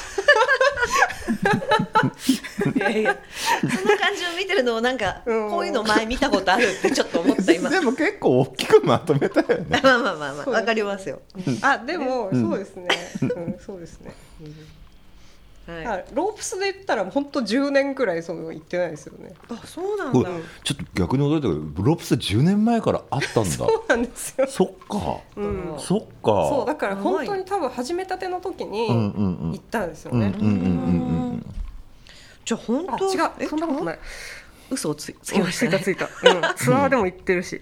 Speaker 3: いやいや
Speaker 2: その感じを見てるのをなんか、
Speaker 3: うん
Speaker 2: こういうの前見たことあるってちょっと思 った今
Speaker 1: でも結構大きくまとめたよね
Speaker 2: まあまあまあまあ
Speaker 3: そう
Speaker 2: わかりますよ、
Speaker 3: あでも、
Speaker 1: うん
Speaker 3: そうですね、うん、そうですね、
Speaker 2: はい、
Speaker 3: あロープスで言ったら本当10年くらいその行ってないですよね
Speaker 2: あそうな
Speaker 1: これちょっと逆に驚いたけどロープス10年前からあったんだ
Speaker 3: そうなんですよ、
Speaker 1: そっか
Speaker 3: うん、
Speaker 1: そっか
Speaker 3: そうだから本
Speaker 2: すご
Speaker 3: 当
Speaker 2: い
Speaker 3: に多分始めたての時に
Speaker 1: うん
Speaker 3: 行
Speaker 1: うんうん
Speaker 3: ったんですよ
Speaker 1: うんう
Speaker 3: ね
Speaker 1: ん、うんうん
Speaker 2: じゃあ本
Speaker 3: あ
Speaker 2: 当
Speaker 3: 違
Speaker 2: え
Speaker 3: うそんなことない
Speaker 2: 嘘をつつ
Speaker 3: つ
Speaker 2: きましたね
Speaker 3: ついたついた、うん、ツアーでも行ってるし、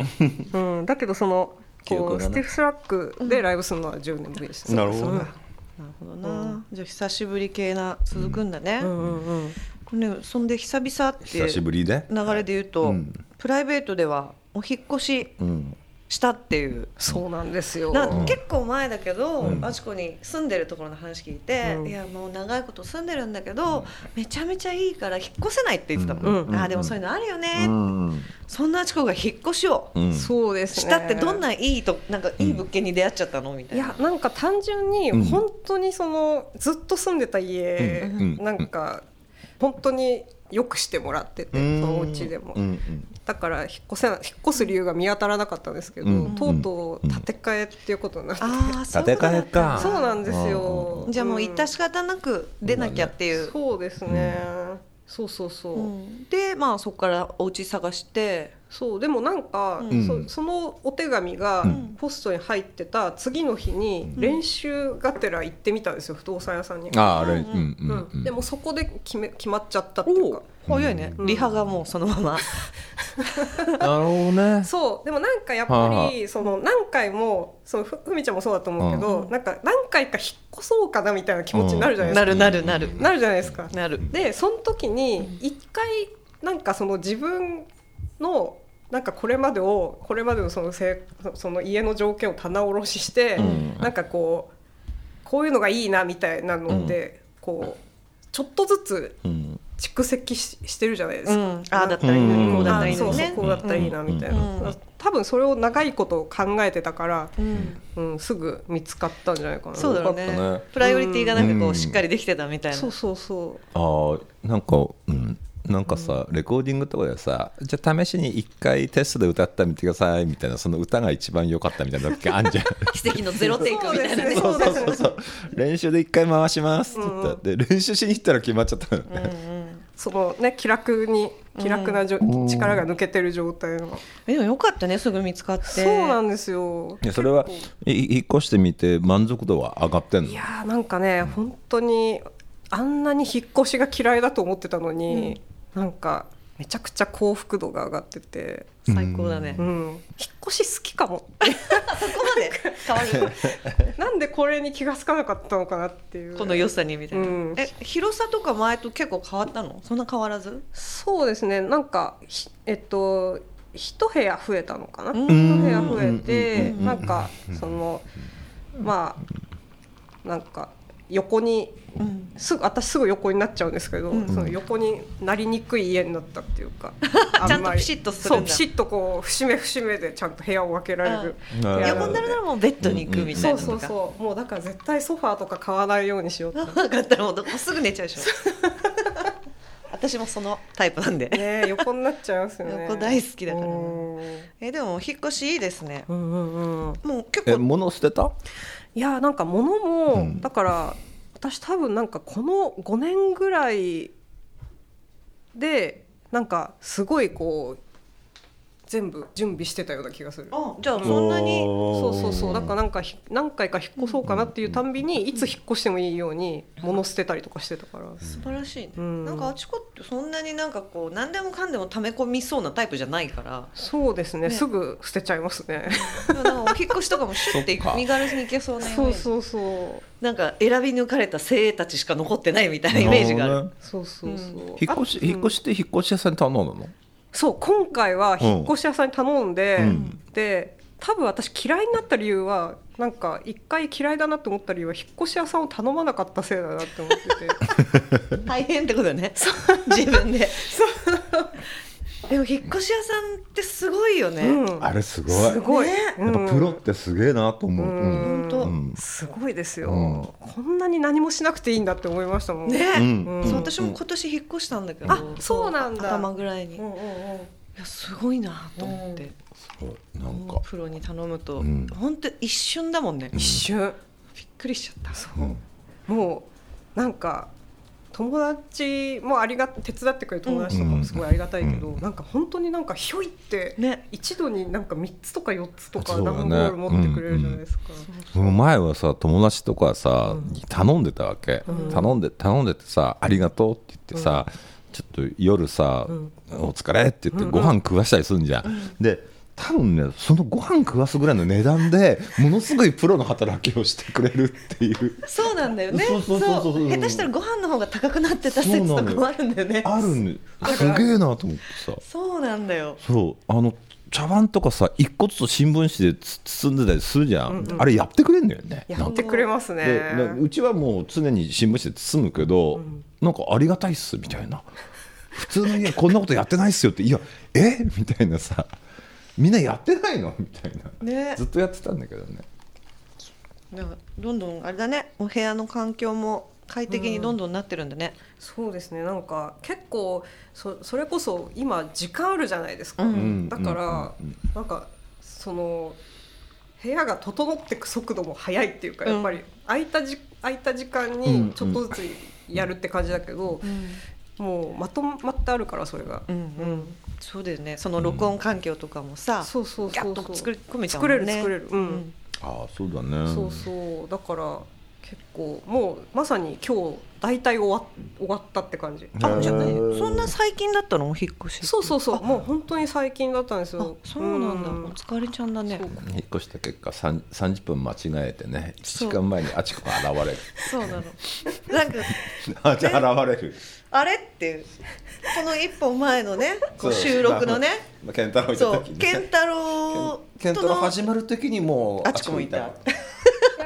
Speaker 3: うん、だけどその
Speaker 1: 記憶が
Speaker 3: こう
Speaker 1: ね
Speaker 3: スティフスラックでライブするのは10年ぶりでした、
Speaker 1: なるほどね
Speaker 2: なるほど
Speaker 3: う
Speaker 2: なじゃあ久しぶり系な続くんだね
Speaker 3: う、んうんうん
Speaker 2: これねそんで久々って
Speaker 1: 久しぶりね
Speaker 2: 流れで言うと、
Speaker 1: うん
Speaker 2: プライベートではお引っ越し
Speaker 1: うん
Speaker 2: したっていう
Speaker 3: そうなんですよ
Speaker 2: なんか結構前だけど、
Speaker 1: うん
Speaker 2: あちこに住んでるところの話聞いて、
Speaker 3: うん
Speaker 2: いやもう長いこと住んでるんだけど、めちゃめちゃいいから引っ越せないって言ってたの、
Speaker 3: うん
Speaker 2: あーでもそういうのあるよね、
Speaker 1: うん
Speaker 2: そんなあちこが引っ越しを
Speaker 1: うん
Speaker 3: そうですね
Speaker 2: したってどんないいとなんかいい物件に出会っちゃったのみた
Speaker 3: い
Speaker 2: いな。
Speaker 3: やなんか単純に
Speaker 1: うん
Speaker 3: 本当にそのずっと住んでた家、
Speaker 1: うん
Speaker 3: なんか本当によくしてもらってて、そのお家でも、
Speaker 1: うんうん
Speaker 3: だから引っ越せな引っ越す理由が見当たらなかったんですけど、
Speaker 1: うん
Speaker 3: とうとう建て替えっていうことになって、
Speaker 2: ああそう
Speaker 1: 建て替えか
Speaker 3: そうなんです
Speaker 1: うんうん
Speaker 3: よ、
Speaker 2: じゃあもう行った
Speaker 3: し
Speaker 2: 仕方なく出なきゃっていう、
Speaker 3: そうですね、そうそうそう、
Speaker 2: うんでまあそこからお家探して
Speaker 3: そうでもなんか、
Speaker 2: うん
Speaker 3: そそのお手紙が
Speaker 1: うん
Speaker 3: ポストに入ってた次の日に練習がてら行ってみたんですよ不動産屋さんに、
Speaker 1: あああれうんうん
Speaker 3: うん
Speaker 1: うん
Speaker 3: でもそ こで決め決まっちゃったっていうか
Speaker 2: 早いね、
Speaker 3: うん
Speaker 2: リハがもうそのま ま、
Speaker 1: なるほどね
Speaker 3: そうでもなんかやっ
Speaker 1: はあ
Speaker 3: ぱ
Speaker 1: は
Speaker 3: りその何回もそのふふみちゃんもそうだと思うけど、
Speaker 2: うん
Speaker 3: なんか何回か引っ越そうかなみたいな気持ちになるじゃないで
Speaker 2: な
Speaker 3: すか、
Speaker 2: るなるなる
Speaker 3: なるじゃないですか。
Speaker 2: なる
Speaker 3: でその時に一回なんかその自分のなんかこれまでをこれまでのそのせいその家の条件を棚卸しして、
Speaker 1: うん
Speaker 3: なんかこうこういうのがいいなみたいなので、こうちょっとずつ
Speaker 1: うん
Speaker 3: 蓄積ししてるじゃないです
Speaker 2: う
Speaker 3: か。
Speaker 2: ん、ああだったらいいの
Speaker 1: うん
Speaker 2: にこうだったら
Speaker 3: あ
Speaker 2: いい
Speaker 3: そ
Speaker 2: の
Speaker 3: う
Speaker 2: に
Speaker 3: そう
Speaker 2: ね
Speaker 3: こうだったらいいなみたいな、
Speaker 2: うん
Speaker 3: 多分それを長いこと考えてたから、
Speaker 2: うん
Speaker 3: うん、すぐ見つかったんじゃないかな
Speaker 2: そうだろう
Speaker 1: よかった
Speaker 2: ね
Speaker 1: ね
Speaker 2: プライオリティがなんかこ
Speaker 1: うん
Speaker 2: うしっかりできてたみたいな
Speaker 3: そうそうそう
Speaker 1: あーなんかうんなんかさレコーディングとかでさじゃあ試しに一回テストで歌ってみてくださいみたいなその歌が一番良かったみたいな時あんじゃん
Speaker 2: 奇跡のゼロテイクみたいなね
Speaker 3: そ
Speaker 1: そう
Speaker 3: うで
Speaker 1: そう
Speaker 3: す
Speaker 1: そうそう練習で一回回しますって言ってで練習しに行ったら決まっちゃったの
Speaker 2: うん
Speaker 1: ね
Speaker 2: うん
Speaker 3: そのね気楽に気楽なじょ、
Speaker 1: うん
Speaker 3: 力が抜けてる状態の、
Speaker 2: えでもよかったねすぐ見つかって
Speaker 3: そうなんですよ
Speaker 1: いやそれはい引っ越してみて満足度は上がってんの
Speaker 3: いやーなんかね本当にあんなに引っ越しが嫌いだと思ってたのに、なんかめちゃくちゃ幸福度が上がってて、
Speaker 2: 最高だね
Speaker 3: う
Speaker 2: こ
Speaker 3: ん、引っ越し好きかも
Speaker 2: こまで変 わる
Speaker 3: なんでこれに気が付かなかったのかなっていう
Speaker 2: この良さにみたいな、
Speaker 3: うん
Speaker 2: え広さとか前と結構変わったのそんな変わらず
Speaker 3: そうですねなんかひえっと一部屋増えたのかな
Speaker 2: うん
Speaker 3: 一部屋増え
Speaker 1: う
Speaker 3: て
Speaker 1: ん
Speaker 3: なんかそのまあなんか横に
Speaker 2: うん
Speaker 3: すぐ私すぐ横になっちゃうんですけど、
Speaker 2: うん
Speaker 3: その横になりにくい家になったってい うか
Speaker 2: ちゃ
Speaker 3: あ
Speaker 2: んと
Speaker 3: んま
Speaker 2: ピ
Speaker 3: り
Speaker 2: シッとする
Speaker 3: そ
Speaker 2: ん
Speaker 3: う
Speaker 2: だ
Speaker 3: ピシッとこう節目節目でちゃんと部屋を分けられる
Speaker 1: あ
Speaker 3: 部屋
Speaker 2: 横になるならもうベッドに行くみた
Speaker 3: そ
Speaker 2: いうなの
Speaker 3: そう
Speaker 2: か
Speaker 3: そうもうだから絶対ソファーとか買わないようにしようって
Speaker 2: 分かったらもうどこすぐ寝ちゃうでしょ私もそのタイプなんで
Speaker 3: ね横になっちゃいますよね
Speaker 2: 横大好きだから
Speaker 3: うん
Speaker 2: えでも引っ越しいいですね
Speaker 3: うんうんうん
Speaker 2: もう結
Speaker 1: え
Speaker 2: 構
Speaker 1: 物捨てた
Speaker 3: いやなんか物も、
Speaker 1: うん
Speaker 3: だから私多分なんかこの5年ぐらいでなんかすごいこう全部準備してたような気がする。
Speaker 2: あじゃあそんなに
Speaker 3: そうそうそうだから
Speaker 1: ら
Speaker 3: なんかひ何回か引っ越そうかなっていうたんびにいつ引っ越してもいいように物捨てたりとかしてたから
Speaker 2: 素晴らしいね、
Speaker 3: うん
Speaker 2: なんかあちこってそんなになんかこう何でもかんでも溜め込みそうなタイプじゃないから
Speaker 3: そうですね
Speaker 2: ね
Speaker 3: すぐ捨てちゃいますね
Speaker 2: でもなんかお引っ越しとかもシュッて
Speaker 1: そっか
Speaker 2: 身軽に行けそうなイメー
Speaker 3: そう
Speaker 2: ジ
Speaker 3: そうそう
Speaker 2: なんか選び抜かれた精鋭たちしか残ってないみたいなイメージがある
Speaker 3: そうそうそう
Speaker 1: 引っ越し
Speaker 3: あ
Speaker 1: 引っ越しって引っ越し屋さんに頼んだの
Speaker 3: そう今回は引っ越し屋さんに頼んで、
Speaker 1: うん
Speaker 3: で多分私嫌いになった理由はなんか一回嫌いだなと思った理由は引っ越し屋さんを頼まなかったせいだなって思ってて
Speaker 2: 大変ってことだね自分ででも引っ越し屋さんってすごいよね、
Speaker 3: うん
Speaker 1: あれすごい
Speaker 3: すごい、
Speaker 2: ね
Speaker 1: やっぱプロってすげえなと思う、うん
Speaker 2: 本当
Speaker 1: うん
Speaker 3: すごいですよ、
Speaker 1: う
Speaker 3: こんなに何もしなくていいんだって思いましたもん
Speaker 2: ね、
Speaker 1: うん
Speaker 2: そう
Speaker 3: うん
Speaker 2: 私も今年引っ越したんだけど、
Speaker 3: あそうなんだ
Speaker 2: 頭ぐらいに、
Speaker 3: う
Speaker 2: い
Speaker 3: んうんうん
Speaker 2: やすごいなと思って、
Speaker 1: そうなんか、
Speaker 2: プロに頼むと、
Speaker 1: うん
Speaker 2: 本当一瞬だもん
Speaker 1: う
Speaker 2: ね、
Speaker 1: ん
Speaker 2: びっ
Speaker 3: 一瞬
Speaker 2: くりしちゃったそ
Speaker 1: うん
Speaker 3: もうなんか友達もありが手伝ってくれる友達とかもすごいありがたいけど、
Speaker 1: うん
Speaker 3: なんか本当になんかひょいって
Speaker 2: ね
Speaker 3: 一度になんか3つとか4つとか
Speaker 1: そうだね
Speaker 3: 段ボール持ってくれるじゃないですか、
Speaker 1: その前はさ友達とかさ、
Speaker 3: うん
Speaker 1: に頼んでたわけ、
Speaker 3: うん
Speaker 1: 頼んで頼んでてさ「ありがとう」って言ってさ、ちょっと夜さ「
Speaker 3: うん
Speaker 1: お疲れ」って言っ
Speaker 3: うんう
Speaker 1: てご
Speaker 3: ん
Speaker 1: 飯食わしたりするんじゃん、で多分ねそのご飯食わすぐらいの値段でものすごいプロの働きをしてくれるっていう
Speaker 2: そうなんだよね
Speaker 1: そうそうそうそう
Speaker 2: そう下手したらご飯の方が高くなってた説とかもあるんだよね
Speaker 1: あるんすげえなと思ってさ
Speaker 2: そうなんだよ
Speaker 1: そうあの茶碗とかさ一個ずつ新聞紙でつ包んでたりするじゃん、
Speaker 3: うんうん
Speaker 1: あれやってくれんのよね
Speaker 3: やってくれますね
Speaker 1: でなうちはもう常に新聞紙で包むけど、
Speaker 3: ん
Speaker 1: なんかありがたいっすみたいな 普通の家こんなことやってないっすよっていやえみたいなさみんなやってないのみたいな、
Speaker 2: ね
Speaker 1: ずっとやってたんだけどね
Speaker 2: だからどんどんあれだねお部屋の環境も快適にどんどんなってるんだね、
Speaker 3: そうですねなんか結構そそれこそ今時間あるじゃないですか、
Speaker 2: うん
Speaker 3: だから、
Speaker 1: うんうん
Speaker 3: なんかその部屋が整ってく速度も速いっていうか、
Speaker 2: うん
Speaker 3: やっぱり空いたじ空いた時間
Speaker 1: うんう
Speaker 3: に
Speaker 1: ん
Speaker 3: ちょっとずつやるって感じだけど、もうまとまってあるからそれが、
Speaker 2: うんうんそうだよねその録音環境とかもさ、
Speaker 3: そうそう
Speaker 2: ギャ
Speaker 3: そ
Speaker 2: ッ
Speaker 3: う
Speaker 2: と作り込めちゃう
Speaker 3: 作
Speaker 2: もん
Speaker 3: れ
Speaker 2: ね
Speaker 3: る作れる、う
Speaker 2: うんん
Speaker 1: ああそうだね
Speaker 3: そうそうだから結構もうまさに今日大体終わ終わったって感じ。
Speaker 2: あ
Speaker 1: へー
Speaker 2: じゃないそんな最近だったのお引っ越し
Speaker 3: そうそうそう
Speaker 2: あ
Speaker 3: もう本当に最近だったんですよ
Speaker 2: あそうなんだ、
Speaker 3: うん
Speaker 2: お疲れちゃんだね
Speaker 3: そう
Speaker 1: 引っ越した結果さん30分間違えてね
Speaker 2: そ
Speaker 1: 1
Speaker 2: う
Speaker 1: 時間前にあちこち現 れる
Speaker 2: そうなのなんか
Speaker 1: あじゃあ現れる
Speaker 2: あれっていうこの一歩前のねこ う
Speaker 1: そう
Speaker 2: 収録のね
Speaker 1: まあ健太郎いた
Speaker 2: そう
Speaker 1: 時にね
Speaker 2: 健太郎
Speaker 1: 健太
Speaker 2: と
Speaker 1: 郎
Speaker 2: の
Speaker 1: 始まる時にもう
Speaker 2: あちこいた
Speaker 3: いや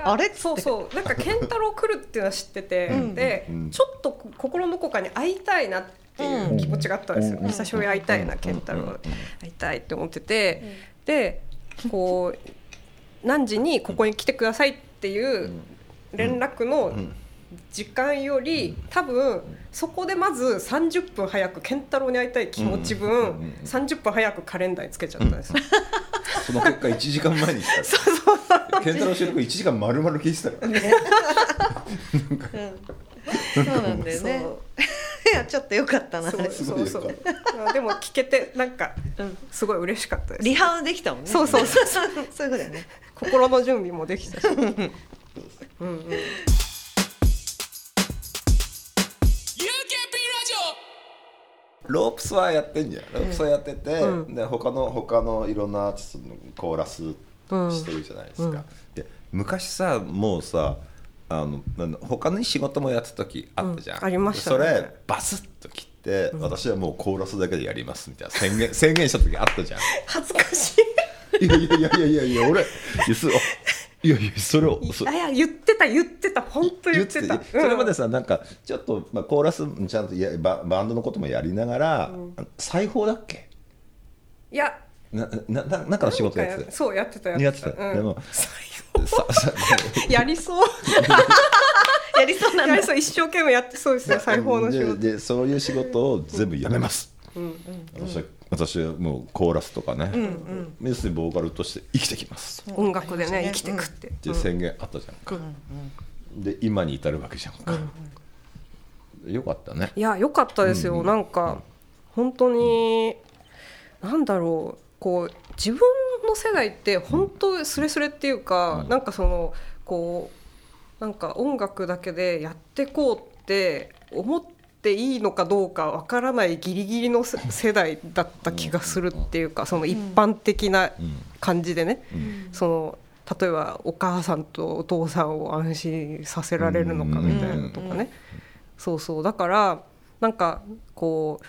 Speaker 2: あれっつって
Speaker 3: そうそうなんか健太郎来るっていうのは知ってて、
Speaker 2: うん
Speaker 3: で、
Speaker 1: うん
Speaker 3: ちょっと心のどこかに会いたいなっていう気持ちがあったんですよ、
Speaker 1: うん
Speaker 3: 久しぶりに会いたいな健太郎会いたいって思ってて、でこう何時にここに来てくださいっていう連絡の
Speaker 1: うん
Speaker 3: 時間より多分そこでまず30分早く健太郎に会いたい気持ち分、
Speaker 1: うんうん
Speaker 3: 30分早くカレンダーにつけちゃったんですよ、
Speaker 1: その結果1時間前に来 たそうそう健太郎収録1時間丸々聞いてたから
Speaker 2: うんそうなんだよね
Speaker 3: そう
Speaker 2: いやちょっと良かったなあ
Speaker 3: そう
Speaker 2: れ
Speaker 1: すごい
Speaker 3: そう
Speaker 1: よ
Speaker 3: そう。あでも聞けてなんか
Speaker 2: うん
Speaker 3: すごい嬉しかったで
Speaker 2: リ
Speaker 3: す。
Speaker 2: ハできたもんね
Speaker 3: そうそうそ う
Speaker 2: そういうことだよね
Speaker 3: 心の準備もできたし。うんうん。
Speaker 1: ロープスはやってんじゃんロープスはやってて、
Speaker 3: うん
Speaker 1: で他の他のいろんなアーティストのコーラスしてるじゃないですか、
Speaker 3: うんうん
Speaker 1: で昔さもうさあのなんだ他の仕事もやってた時あったじゃん、
Speaker 3: うんありましたね
Speaker 1: それバスッと切って、私はもうコーラスだけでやりますみたいな 宣言宣言した時あったじゃん
Speaker 3: 恥ずかしい。
Speaker 1: いやいやいやいやいや俺いやすあ いやいやそれをそ
Speaker 3: あいや言ってた言ってた本当言ってた。
Speaker 1: 言ってそれまで
Speaker 3: うん
Speaker 1: さなんかちょっと、まあ、コーラスもちゃんとやババンドのこともやりながら、裁縫だっけ
Speaker 3: いや
Speaker 1: ななななんかの仕事やってた
Speaker 3: そうやってた
Speaker 1: やってた
Speaker 3: うん
Speaker 1: でも
Speaker 3: 最
Speaker 1: ささ
Speaker 3: 後や りそう
Speaker 2: やりそうなん
Speaker 3: や
Speaker 2: だ
Speaker 3: りそう一生懸命やってそうですよ裁縫 の仕事。
Speaker 1: でで そういう仕事を全部やめます、私は私はもうコーラスとかね、要するにボーカルとして生きてきますっ
Speaker 3: 音楽でね生きてくって。
Speaker 1: ていう宣言あったじゃんか、で今に至るわけじゃんか、よかったね
Speaker 3: いや良かったですよ、
Speaker 1: うんうん
Speaker 3: なんか本当に、なんだろうこう自分の世代って本当スレスレっていうか、
Speaker 1: うん
Speaker 3: なんかそのこうなんか音楽だけでやってこうって思っていいのかどうかわからないギリギリのせ世代だった気がするっていうかその一般的な
Speaker 1: うん
Speaker 3: 感じでね、
Speaker 1: うん
Speaker 3: その例えばお母さんとお父さんを安心させられるのか
Speaker 1: うん
Speaker 3: みたいなのとかね、そうそうだからなんかこう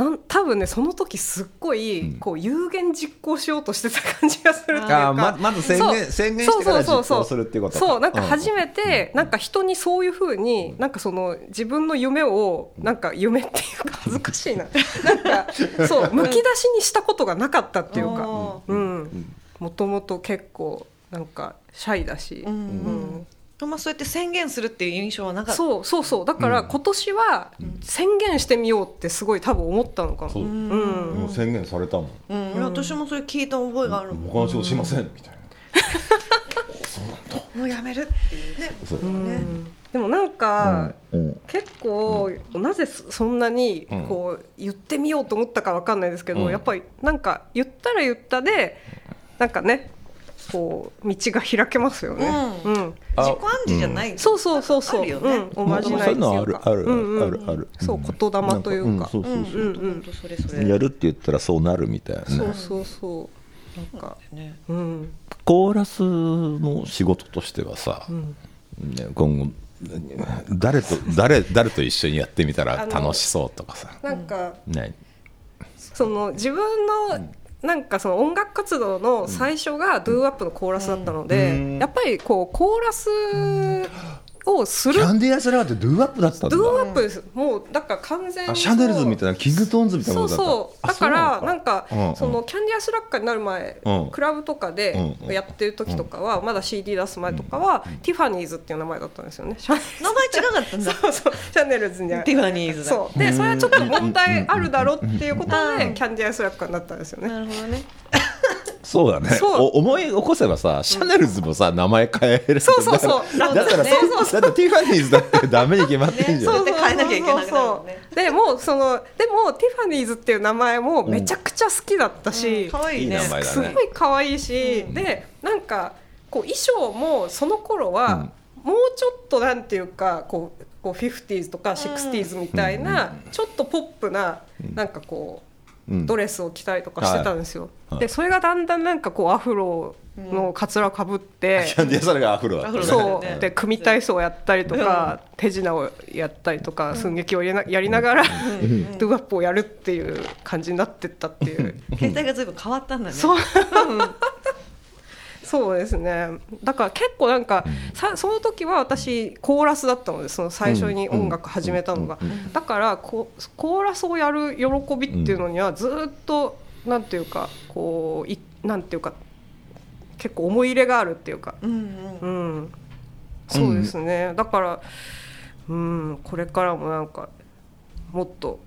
Speaker 3: なん多分ねその時すっごい、
Speaker 1: うん
Speaker 3: こう有言実行しようとしてた感じがするというか
Speaker 1: あーままず宣言
Speaker 3: そう
Speaker 1: 宣言してから
Speaker 3: そうそうそうそう
Speaker 1: 実行するっていうことか
Speaker 3: そうなんか初めて、
Speaker 1: うん
Speaker 3: なんか人にそういうふうになんかその自分の夢をなんか夢っていうか恥ずかしいななんかそうむき出しにしたことがなかったっていうか、
Speaker 2: あ
Speaker 3: う、
Speaker 1: うんん
Speaker 3: もともと結構なんかシャイだし、
Speaker 2: ーうん
Speaker 3: う
Speaker 2: うん
Speaker 3: ん
Speaker 2: あんまそうやって宣言するっていう印象はなかった
Speaker 3: そうそうそうだから
Speaker 1: うん
Speaker 3: 今年は宣言してみようってすごい多分思ったのか
Speaker 1: そ
Speaker 3: も
Speaker 1: う、
Speaker 2: ん
Speaker 3: うん
Speaker 1: もう宣言されたもん
Speaker 2: うん、いや私もそれ聞いた覚えがあるもん、
Speaker 1: 他の仕事しませんみたいなおそうなんだ
Speaker 2: もうやめるっていうね
Speaker 1: そう
Speaker 3: うん
Speaker 2: ね
Speaker 3: でもなんか、
Speaker 1: うん
Speaker 3: 結構、なぜそんなに
Speaker 1: うん
Speaker 3: こう言ってみようと思ったかわかんないですけど、
Speaker 1: うん
Speaker 3: やっぱりなんか言ったら言ったでなんかねこう道が開けますよね。
Speaker 2: う
Speaker 3: うん
Speaker 1: あ
Speaker 2: 自己暗示じゃない、
Speaker 3: そうそうそうそう。
Speaker 2: あるよ
Speaker 3: う
Speaker 2: ね
Speaker 3: ん、おまじないです
Speaker 1: まあそうい
Speaker 3: よ。
Speaker 1: うのはあるある
Speaker 3: うんうん
Speaker 1: あるある
Speaker 3: そう
Speaker 1: うん
Speaker 3: 言霊というか。
Speaker 1: なんそう
Speaker 2: う
Speaker 1: そうんそうう、
Speaker 2: んうんとそれそれ
Speaker 1: やるって言ったらそうなるみたいなね
Speaker 3: そうそうそう。なんか、
Speaker 2: ね
Speaker 3: うん
Speaker 1: コーラスの仕事としてはさ、
Speaker 3: うん。
Speaker 1: ね今後誰と誰誰と一緒にやってみたら楽しそうとかさ
Speaker 3: なんか
Speaker 1: ね
Speaker 3: その自分のなんかその音楽活動の最初がドゥーアップのコーラスだったので、
Speaker 1: うん
Speaker 3: やっぱりこうコーラスをす
Speaker 1: キ
Speaker 3: る
Speaker 1: ャンディーアイスラガーってドゥーアップだったんだ
Speaker 3: ドゥーアップです、もうだから完全に
Speaker 1: あシャネルズみたいなキングトーンズみたいな
Speaker 3: そ
Speaker 1: こ
Speaker 3: う
Speaker 1: とだった
Speaker 3: そ
Speaker 1: あ
Speaker 3: うだから
Speaker 1: そう
Speaker 3: なんか
Speaker 1: うんうん
Speaker 3: そのキャンディアスラッカーになる前、
Speaker 1: うん
Speaker 3: クラブとかで
Speaker 1: うんうん
Speaker 3: やってる時とかは、まだ CD 出す前とかは、ティファニーズっていう名前だったんですよねシャネ
Speaker 2: 名前違かったんだ
Speaker 3: そうそうシャネルズに
Speaker 2: ティファニーズだ
Speaker 3: そうでそれはちょっと問題あるだろうっていうことでキャンディアスラッカーに なったんですよね
Speaker 2: なるほどね
Speaker 1: そうだね
Speaker 3: そう
Speaker 1: お思い起こせばさシャネルズもさ名前変える
Speaker 3: そうそうそう
Speaker 1: だからだから
Speaker 2: そうそう
Speaker 1: だってティファニーズだってダメに決まってんじゃん、
Speaker 2: ね変えなきゃいけなくなるもんね
Speaker 3: そうそうでもうそのでもティファニーズっていう名前もめちゃくちゃ好きだったし、
Speaker 2: 可愛い
Speaker 1: いい
Speaker 2: ね
Speaker 1: 名前だね
Speaker 3: すごい可愛いし、でなんかこう衣装もその頃はもうちょっとなんていうかこうこう 50s とか 60s みたいなちょっとポップななんかこ
Speaker 1: う
Speaker 3: うんドレスを着たりとかしてたんですよ
Speaker 1: はい。
Speaker 3: でそれがだんだんなんかこうアフロのかつらかぶって、
Speaker 1: キャンディーアイスラガーアフロだったね
Speaker 2: アフロ
Speaker 3: そ
Speaker 2: だよね
Speaker 3: うで組体操やったりとか手品をやったりとか寸劇をやりなやりながらドゥーアップをやるっていう感じになってったっていう
Speaker 2: 携帯が随分変わったんだね
Speaker 3: そうそうですねだから結構なんかさその時は私コーラスだったのでその最初に音楽始めたのがだからこうコーラスをやる喜びっていうのにはずーっとなんていうかこういなんていうか結構思い入れがあるっていうか
Speaker 2: うんう
Speaker 3: うんん、そうですね、だから、うん、これからもなんかもっと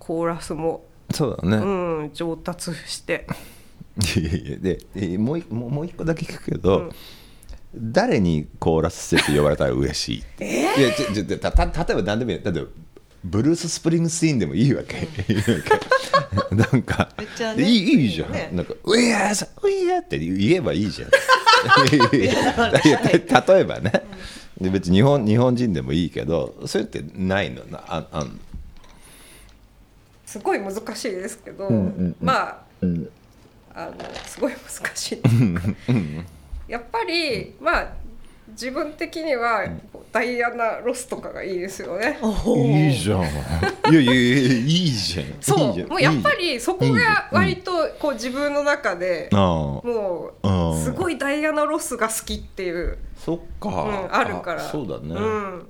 Speaker 3: コーラスも、
Speaker 1: そうだね、
Speaker 3: うん、上達して、
Speaker 1: いやいやいやでえもういもうもう一個だけ聞くけど、誰にコーラスしてって呼ばれたら嬉しいいやちょちょたた例えば何でもいいよ例えばブルース・スプリングスティーンでもいいわけいいわけなんか
Speaker 2: めっちゃ
Speaker 1: い
Speaker 2: ね
Speaker 1: いいいじゃん、
Speaker 2: ね
Speaker 1: なんか「ウィアーさウィアー」って言えばいいじゃんいやいや例えばね、で別に日本日本人でもいいけどそれってないのなああん
Speaker 3: すごい難しいですけど、
Speaker 1: んうんうん
Speaker 3: まあ
Speaker 1: うん
Speaker 3: あのすごい難しいっていうかやっぱり、まあ自分的にはダイアナ・ロスとかがいいですよね。
Speaker 1: いいじゃんいやいやいやいいじゃんい
Speaker 3: そ
Speaker 1: いじゃ
Speaker 3: うんもうやっぱ
Speaker 1: いい
Speaker 3: りそこが割とこう自分の中で
Speaker 1: じゃんああ
Speaker 3: も
Speaker 1: う
Speaker 3: うんすごいダイアナ・ロスが好きっていう、
Speaker 1: そっか、
Speaker 3: うん、あるから
Speaker 1: そうだね、
Speaker 3: うん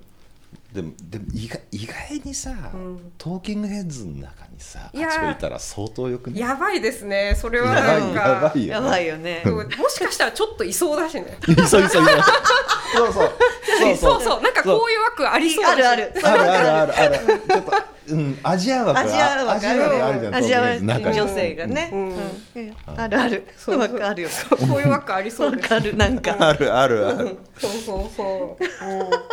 Speaker 1: でもでも意外意外にさ、
Speaker 3: ん
Speaker 1: トーキングヘッズの中にさ
Speaker 3: いやー
Speaker 1: 八個いたら相当よくね
Speaker 3: やばいですねそれ
Speaker 1: や
Speaker 3: は
Speaker 1: ば
Speaker 3: なん
Speaker 1: い
Speaker 3: か
Speaker 1: やばいよ
Speaker 2: やばいよね
Speaker 3: でももしかしたらちょっといそうだしね
Speaker 1: いそういそういそうそうそうそう
Speaker 3: そうそうなんかこういう枠ありそうだし
Speaker 2: あるある
Speaker 1: あるあるあるあるちょっと、うん、アジア枠
Speaker 2: アジア
Speaker 1: ア
Speaker 2: 枠
Speaker 1: ジ
Speaker 2: あ
Speaker 1: ア
Speaker 2: る
Speaker 1: 枠あるじゃん
Speaker 2: アジア
Speaker 1: トーキングヘッズの中に
Speaker 2: 女性がね、
Speaker 3: うん
Speaker 2: うんあるある
Speaker 3: そうう
Speaker 2: まくあるよ
Speaker 3: そうこういう枠ありそ
Speaker 2: わ
Speaker 3: うです
Speaker 2: かるなんか
Speaker 1: あるあるある
Speaker 3: そうそうそう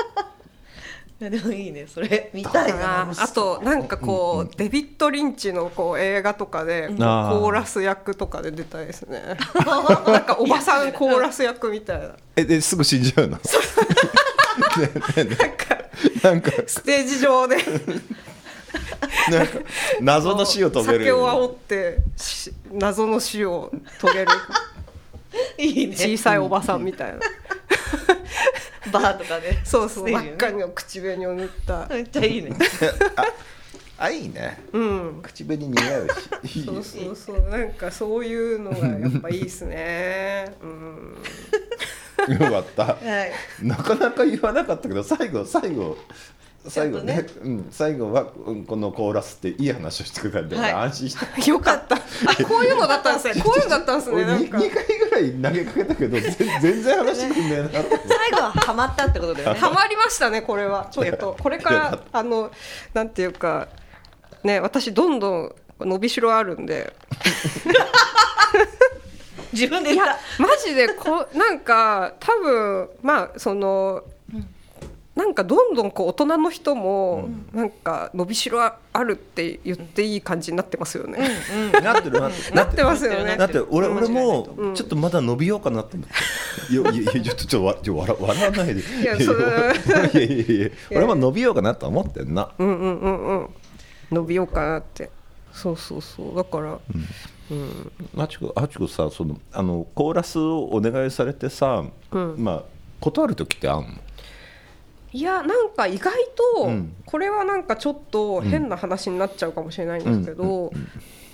Speaker 2: いやでもいいねそれ見
Speaker 3: だ
Speaker 2: たい
Speaker 3: か
Speaker 2: な
Speaker 3: らあとなんかこうデビッド・リンチのこう映画とかでこうコ
Speaker 1: あー
Speaker 3: ーラス役とかで出たいですねなんかおばさんコーラス役みたいな
Speaker 1: えですぐ死んじゃうのねねね
Speaker 3: なんか
Speaker 1: なんか
Speaker 3: ステージ上で
Speaker 1: なんか謎の死を止める
Speaker 3: 酒を煽ってし謎の死を 遂げる
Speaker 2: いいね
Speaker 3: 小さいおばさんみたいな
Speaker 2: バーとかで
Speaker 3: そうそう
Speaker 2: ステ
Speaker 3: 真
Speaker 2: ージ
Speaker 3: っ
Speaker 2: ね
Speaker 3: 赤にの口紅を塗った
Speaker 2: めっちゃいいね
Speaker 1: あいいね
Speaker 3: うん
Speaker 1: 口紅似合うしいい
Speaker 3: そうそうそうなんかそういうのがやっぱいいです ねうん
Speaker 1: よかった
Speaker 2: はい
Speaker 1: なかなか言わなかったけど最後最後最後ねうん、最後は、うん、このコーラスっていい話をしてくれたんで、
Speaker 2: はい
Speaker 1: 安心した
Speaker 3: よか った。あ、こういうのだったんです ね。こういうのだったんですね。
Speaker 1: 俺
Speaker 3: な
Speaker 1: 2,
Speaker 3: んか。
Speaker 1: 回ぐらい投げかけたけど全全然話にねえなって
Speaker 2: 最後はハマったってことだよね
Speaker 3: ハマりましたね。これは。ちょっと、これか
Speaker 1: よからっ、
Speaker 3: あの、なんていうか。ね、私どんどん伸びしろあるんで。
Speaker 2: 自分で
Speaker 3: い
Speaker 2: 言っ
Speaker 3: や
Speaker 2: た、
Speaker 3: マジで、こう、なんか、多分、まあ、その。なんかどんどんこう大人の人もなんか伸びしろあるって言っていい感じになってますよね。
Speaker 1: なってるなってる
Speaker 3: なってますよね
Speaker 1: だって俺
Speaker 2: うん
Speaker 1: 俺
Speaker 2: 間違いないと思う
Speaker 1: もちょっとまだ伸びようかなと思って、よいやいやちょっとちょっと笑笑笑わないでい
Speaker 3: やそれ
Speaker 1: いやいやいや俺も伸びようかなと思ってんな
Speaker 3: うんうんうんうん伸びようかなって。そうそうそうだから、
Speaker 1: あちこあちこさそのあのコーラスをお願いされてさ、まあ断る時ってあんの
Speaker 3: いやなんか意外と、
Speaker 1: うん
Speaker 3: これはなんかちょっと変な話になっちゃうかもしれないんですけど、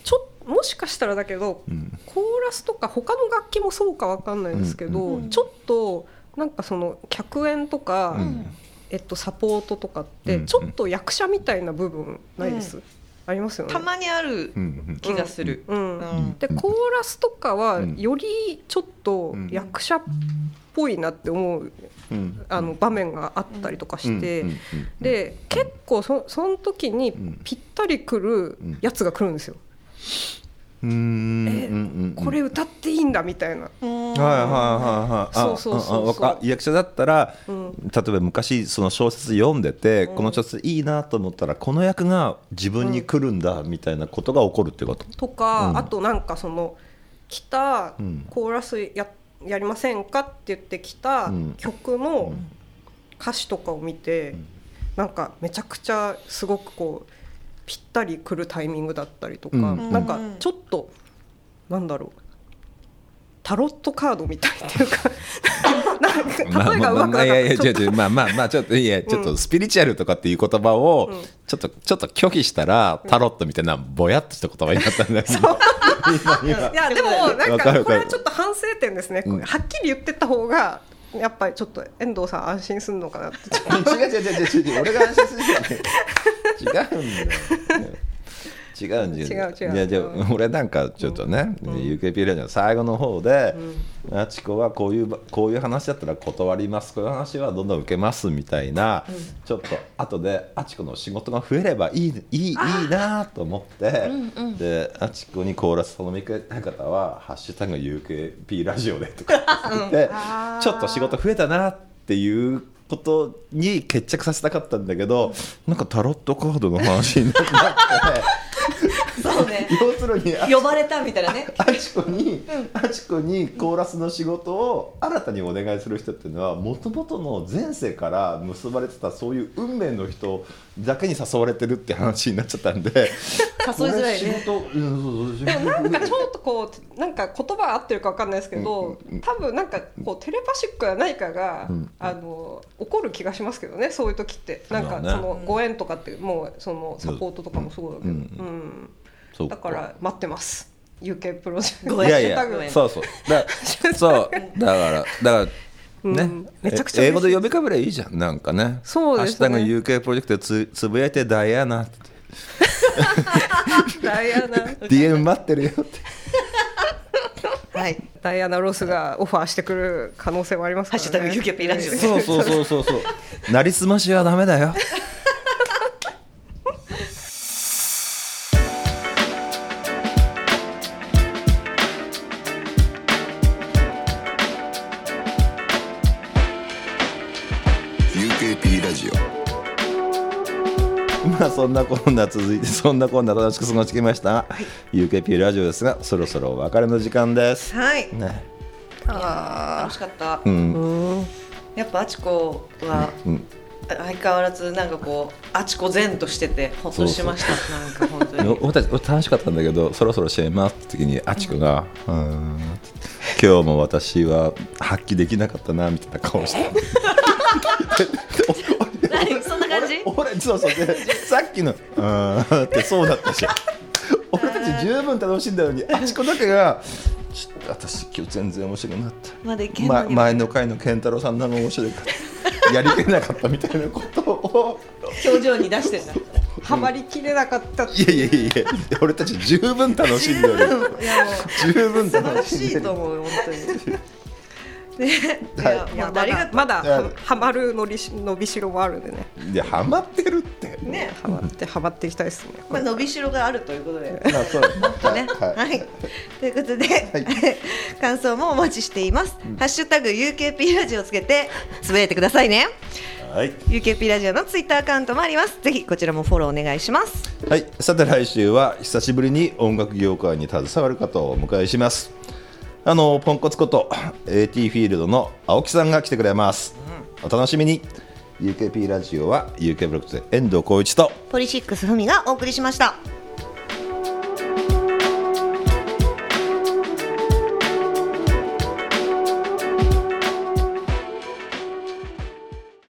Speaker 3: ちょもしかしたらだけど、
Speaker 1: ん
Speaker 3: コーラスとか他の楽器もそうかわかんないんですけど、
Speaker 2: うんうん
Speaker 3: ちょっとなんかその客演とか、
Speaker 1: うん
Speaker 3: えっと、サポートとかって、
Speaker 1: うん
Speaker 3: ちょっと役者みたいな部分ないです、ありますよね。
Speaker 2: たまにある
Speaker 1: うん
Speaker 2: 気がする、
Speaker 3: うん
Speaker 2: うん
Speaker 3: でコーラスとかは
Speaker 1: うん
Speaker 3: よりちょっと役者っぽいなって思う
Speaker 1: うんうん
Speaker 3: あの場面があったりとかして、
Speaker 1: うんうんうん
Speaker 3: で結構そその時に
Speaker 1: ん
Speaker 3: ぴったりくるやつが来るんですよ、
Speaker 1: うーん
Speaker 3: え
Speaker 1: うんうんうん
Speaker 3: これ歌っていいんだみたいな、
Speaker 1: はいはいはいはいあ
Speaker 3: そうそうそうそう
Speaker 1: ああわか役者だったら、例えば昔その小説読んでて、この小説いいなと思ったらこの役が自分に来るんだみたいなことが起こるってこと、
Speaker 3: とか、
Speaker 1: うん
Speaker 3: あとなんかその来た
Speaker 1: うん
Speaker 3: コーラスややりませんかって言ってきた
Speaker 1: うん
Speaker 3: 曲の歌詞とかを見て、なんかめちゃくちゃすごくこうぴったりくるタイミングだったりとか、
Speaker 1: うん
Speaker 3: なんかちょっとなんだろうタロットカードみたいってい うかなんか例えがう
Speaker 1: まあまあ
Speaker 3: まくな
Speaker 1: まあいやいや違
Speaker 3: かったちょ
Speaker 1: う
Speaker 3: っ
Speaker 1: 違うまあまあまあちょっといやちょっとスピリチュアルとかっていう言葉をちょっとちょっと拒否したらタロットみたいなぼやっとした言葉になったんだけど、
Speaker 3: といやでもな
Speaker 1: わ
Speaker 3: ん
Speaker 1: かるわかる
Speaker 3: かこれはちょっと反省点ですね、
Speaker 1: うん
Speaker 3: はっきり言ってった方がやっぱりちょっと遠藤さん安心するのかなってちょっと
Speaker 1: 違う違う違う違う違う俺が安心するじゃねえ違うんだよ違うん違う
Speaker 3: 違う違う
Speaker 1: いやじゃあ俺なんかちょっとね、UKP ラジオの最後の方で、あちこはこういうばこういう話だったら断りますこういう話はどんどん受けますみたいな、ちょっと後であちこの仕事が増えればいいいいいいなと思って、であちこにコーラス頼みたい方は「ハッシュタグ #UKP ラジオで」とか って、ちょっと仕事増えたなっていうことに決着させたかったんだけど、なんかタロットカードの話になって
Speaker 2: そうね
Speaker 1: 要するにあ
Speaker 2: 呼ばれたみたいなね
Speaker 1: あちこに、あちこにコーラスの仕事を新たにお願いする人っていうのはもともとの前世から結ばれてたそういう運命の人だけに誘われてるって話になっちゃったんで
Speaker 2: 誘いづらい
Speaker 1: こ
Speaker 2: ね
Speaker 1: れ仕事うんそうそう
Speaker 3: でもなんか
Speaker 1: 仕
Speaker 3: ちょっとこうなんか言葉合ってるかわかんないですけど、多分なんかこうテレパシックやないかが、あの怒る気がしますけどねそういう時ってなんかそ
Speaker 1: まあね
Speaker 3: のご縁とかってもうそのサポートとかもすごいだけど、
Speaker 1: う
Speaker 3: うんん
Speaker 1: 事
Speaker 3: だから待ってます UK プロジェクト
Speaker 2: ごめ
Speaker 1: い
Speaker 2: ん
Speaker 1: やい
Speaker 2: ハッシュタグ
Speaker 1: や
Speaker 2: ね
Speaker 1: そうそうだ そうだからだからね、
Speaker 3: うんめちゃくちゃ嬉しい
Speaker 1: え英語で呼びかぶればいいじゃんなんかね
Speaker 3: そうですね
Speaker 1: ハッシュタグ UK プロジェクトつつぶやいてダイアナって
Speaker 3: ダイアナ
Speaker 1: DM 待ってるよって
Speaker 2: はい
Speaker 3: ダイアナロスがオファーしてくる可能性もありますから
Speaker 2: ハ
Speaker 3: ね。
Speaker 2: ッシュタグ UKP ラジオね
Speaker 1: そうそうそうそうそう。なりすましはダメだよ。
Speaker 4: UKP ラジオ
Speaker 1: まあそんなこんな続いてそんなこんな楽しく過ごしてきました。UKP ラジオですが、そろそろお別れの時間です。
Speaker 2: はい
Speaker 1: ね、
Speaker 2: 楽しかった
Speaker 1: うん、
Speaker 2: やっぱあちこは
Speaker 1: うん、
Speaker 2: 相変わらずなんかこうあちこ善としててほっとしましたなんか本 当に
Speaker 1: お俺たち俺楽しかったんだけど、そろそろ閉めますって時にあちこが、うーん、今日も私は発揮できなかったなみたいな顔して。
Speaker 2: 何そんな感じ感じ
Speaker 1: 俺そうそうでさっきの「うーん」ってそうだった し俺たち十分楽しんだのにあちこだけが「ちょっと私今日全然面白くなった」
Speaker 2: まだいけんの
Speaker 1: ま、
Speaker 2: に
Speaker 1: 前の回の健太郎さんの面白かったやりきれなかったみたいなことを
Speaker 3: 表情に出してんだはまりきれなかったって
Speaker 1: いやいやいやいや俺たち十分楽しんだよ
Speaker 2: いやもう
Speaker 1: 十分
Speaker 2: 素晴ら
Speaker 1: 楽
Speaker 2: し
Speaker 1: しんで
Speaker 2: い
Speaker 1: る
Speaker 2: と思うよ本当に。ね、い
Speaker 1: はい
Speaker 2: や、
Speaker 3: い
Speaker 2: まだあ
Speaker 3: やま
Speaker 2: りが
Speaker 3: だ
Speaker 2: とう。
Speaker 3: まだ
Speaker 1: いや
Speaker 3: ははまるのりし伸びしろもあるんでね
Speaker 1: いやハマってるって
Speaker 2: ね、
Speaker 3: はまってはまっていきたいですね
Speaker 2: まあ、伸びしろがあるということで。
Speaker 1: まあそうだね
Speaker 2: ね、
Speaker 1: は
Speaker 2: はいい、ということで、
Speaker 1: はい
Speaker 2: 感想もお待ちしています。ハッシュタグ UKP ラジオつけて、つぶやいてくださいね。
Speaker 1: はい、
Speaker 2: UKP ラジオのツイッターアカウントもあります。ぜひこちらもフォローお願いします。
Speaker 1: はい、さて来週は久しぶりに音楽業界に携わる方をお迎えしますあのポンコツこと AT フィールドの青木さんが来てくれます、お楽しみに UKP ラジオは UK ブロックで遠藤浩一と
Speaker 2: ポリシックスふみがお送りしました。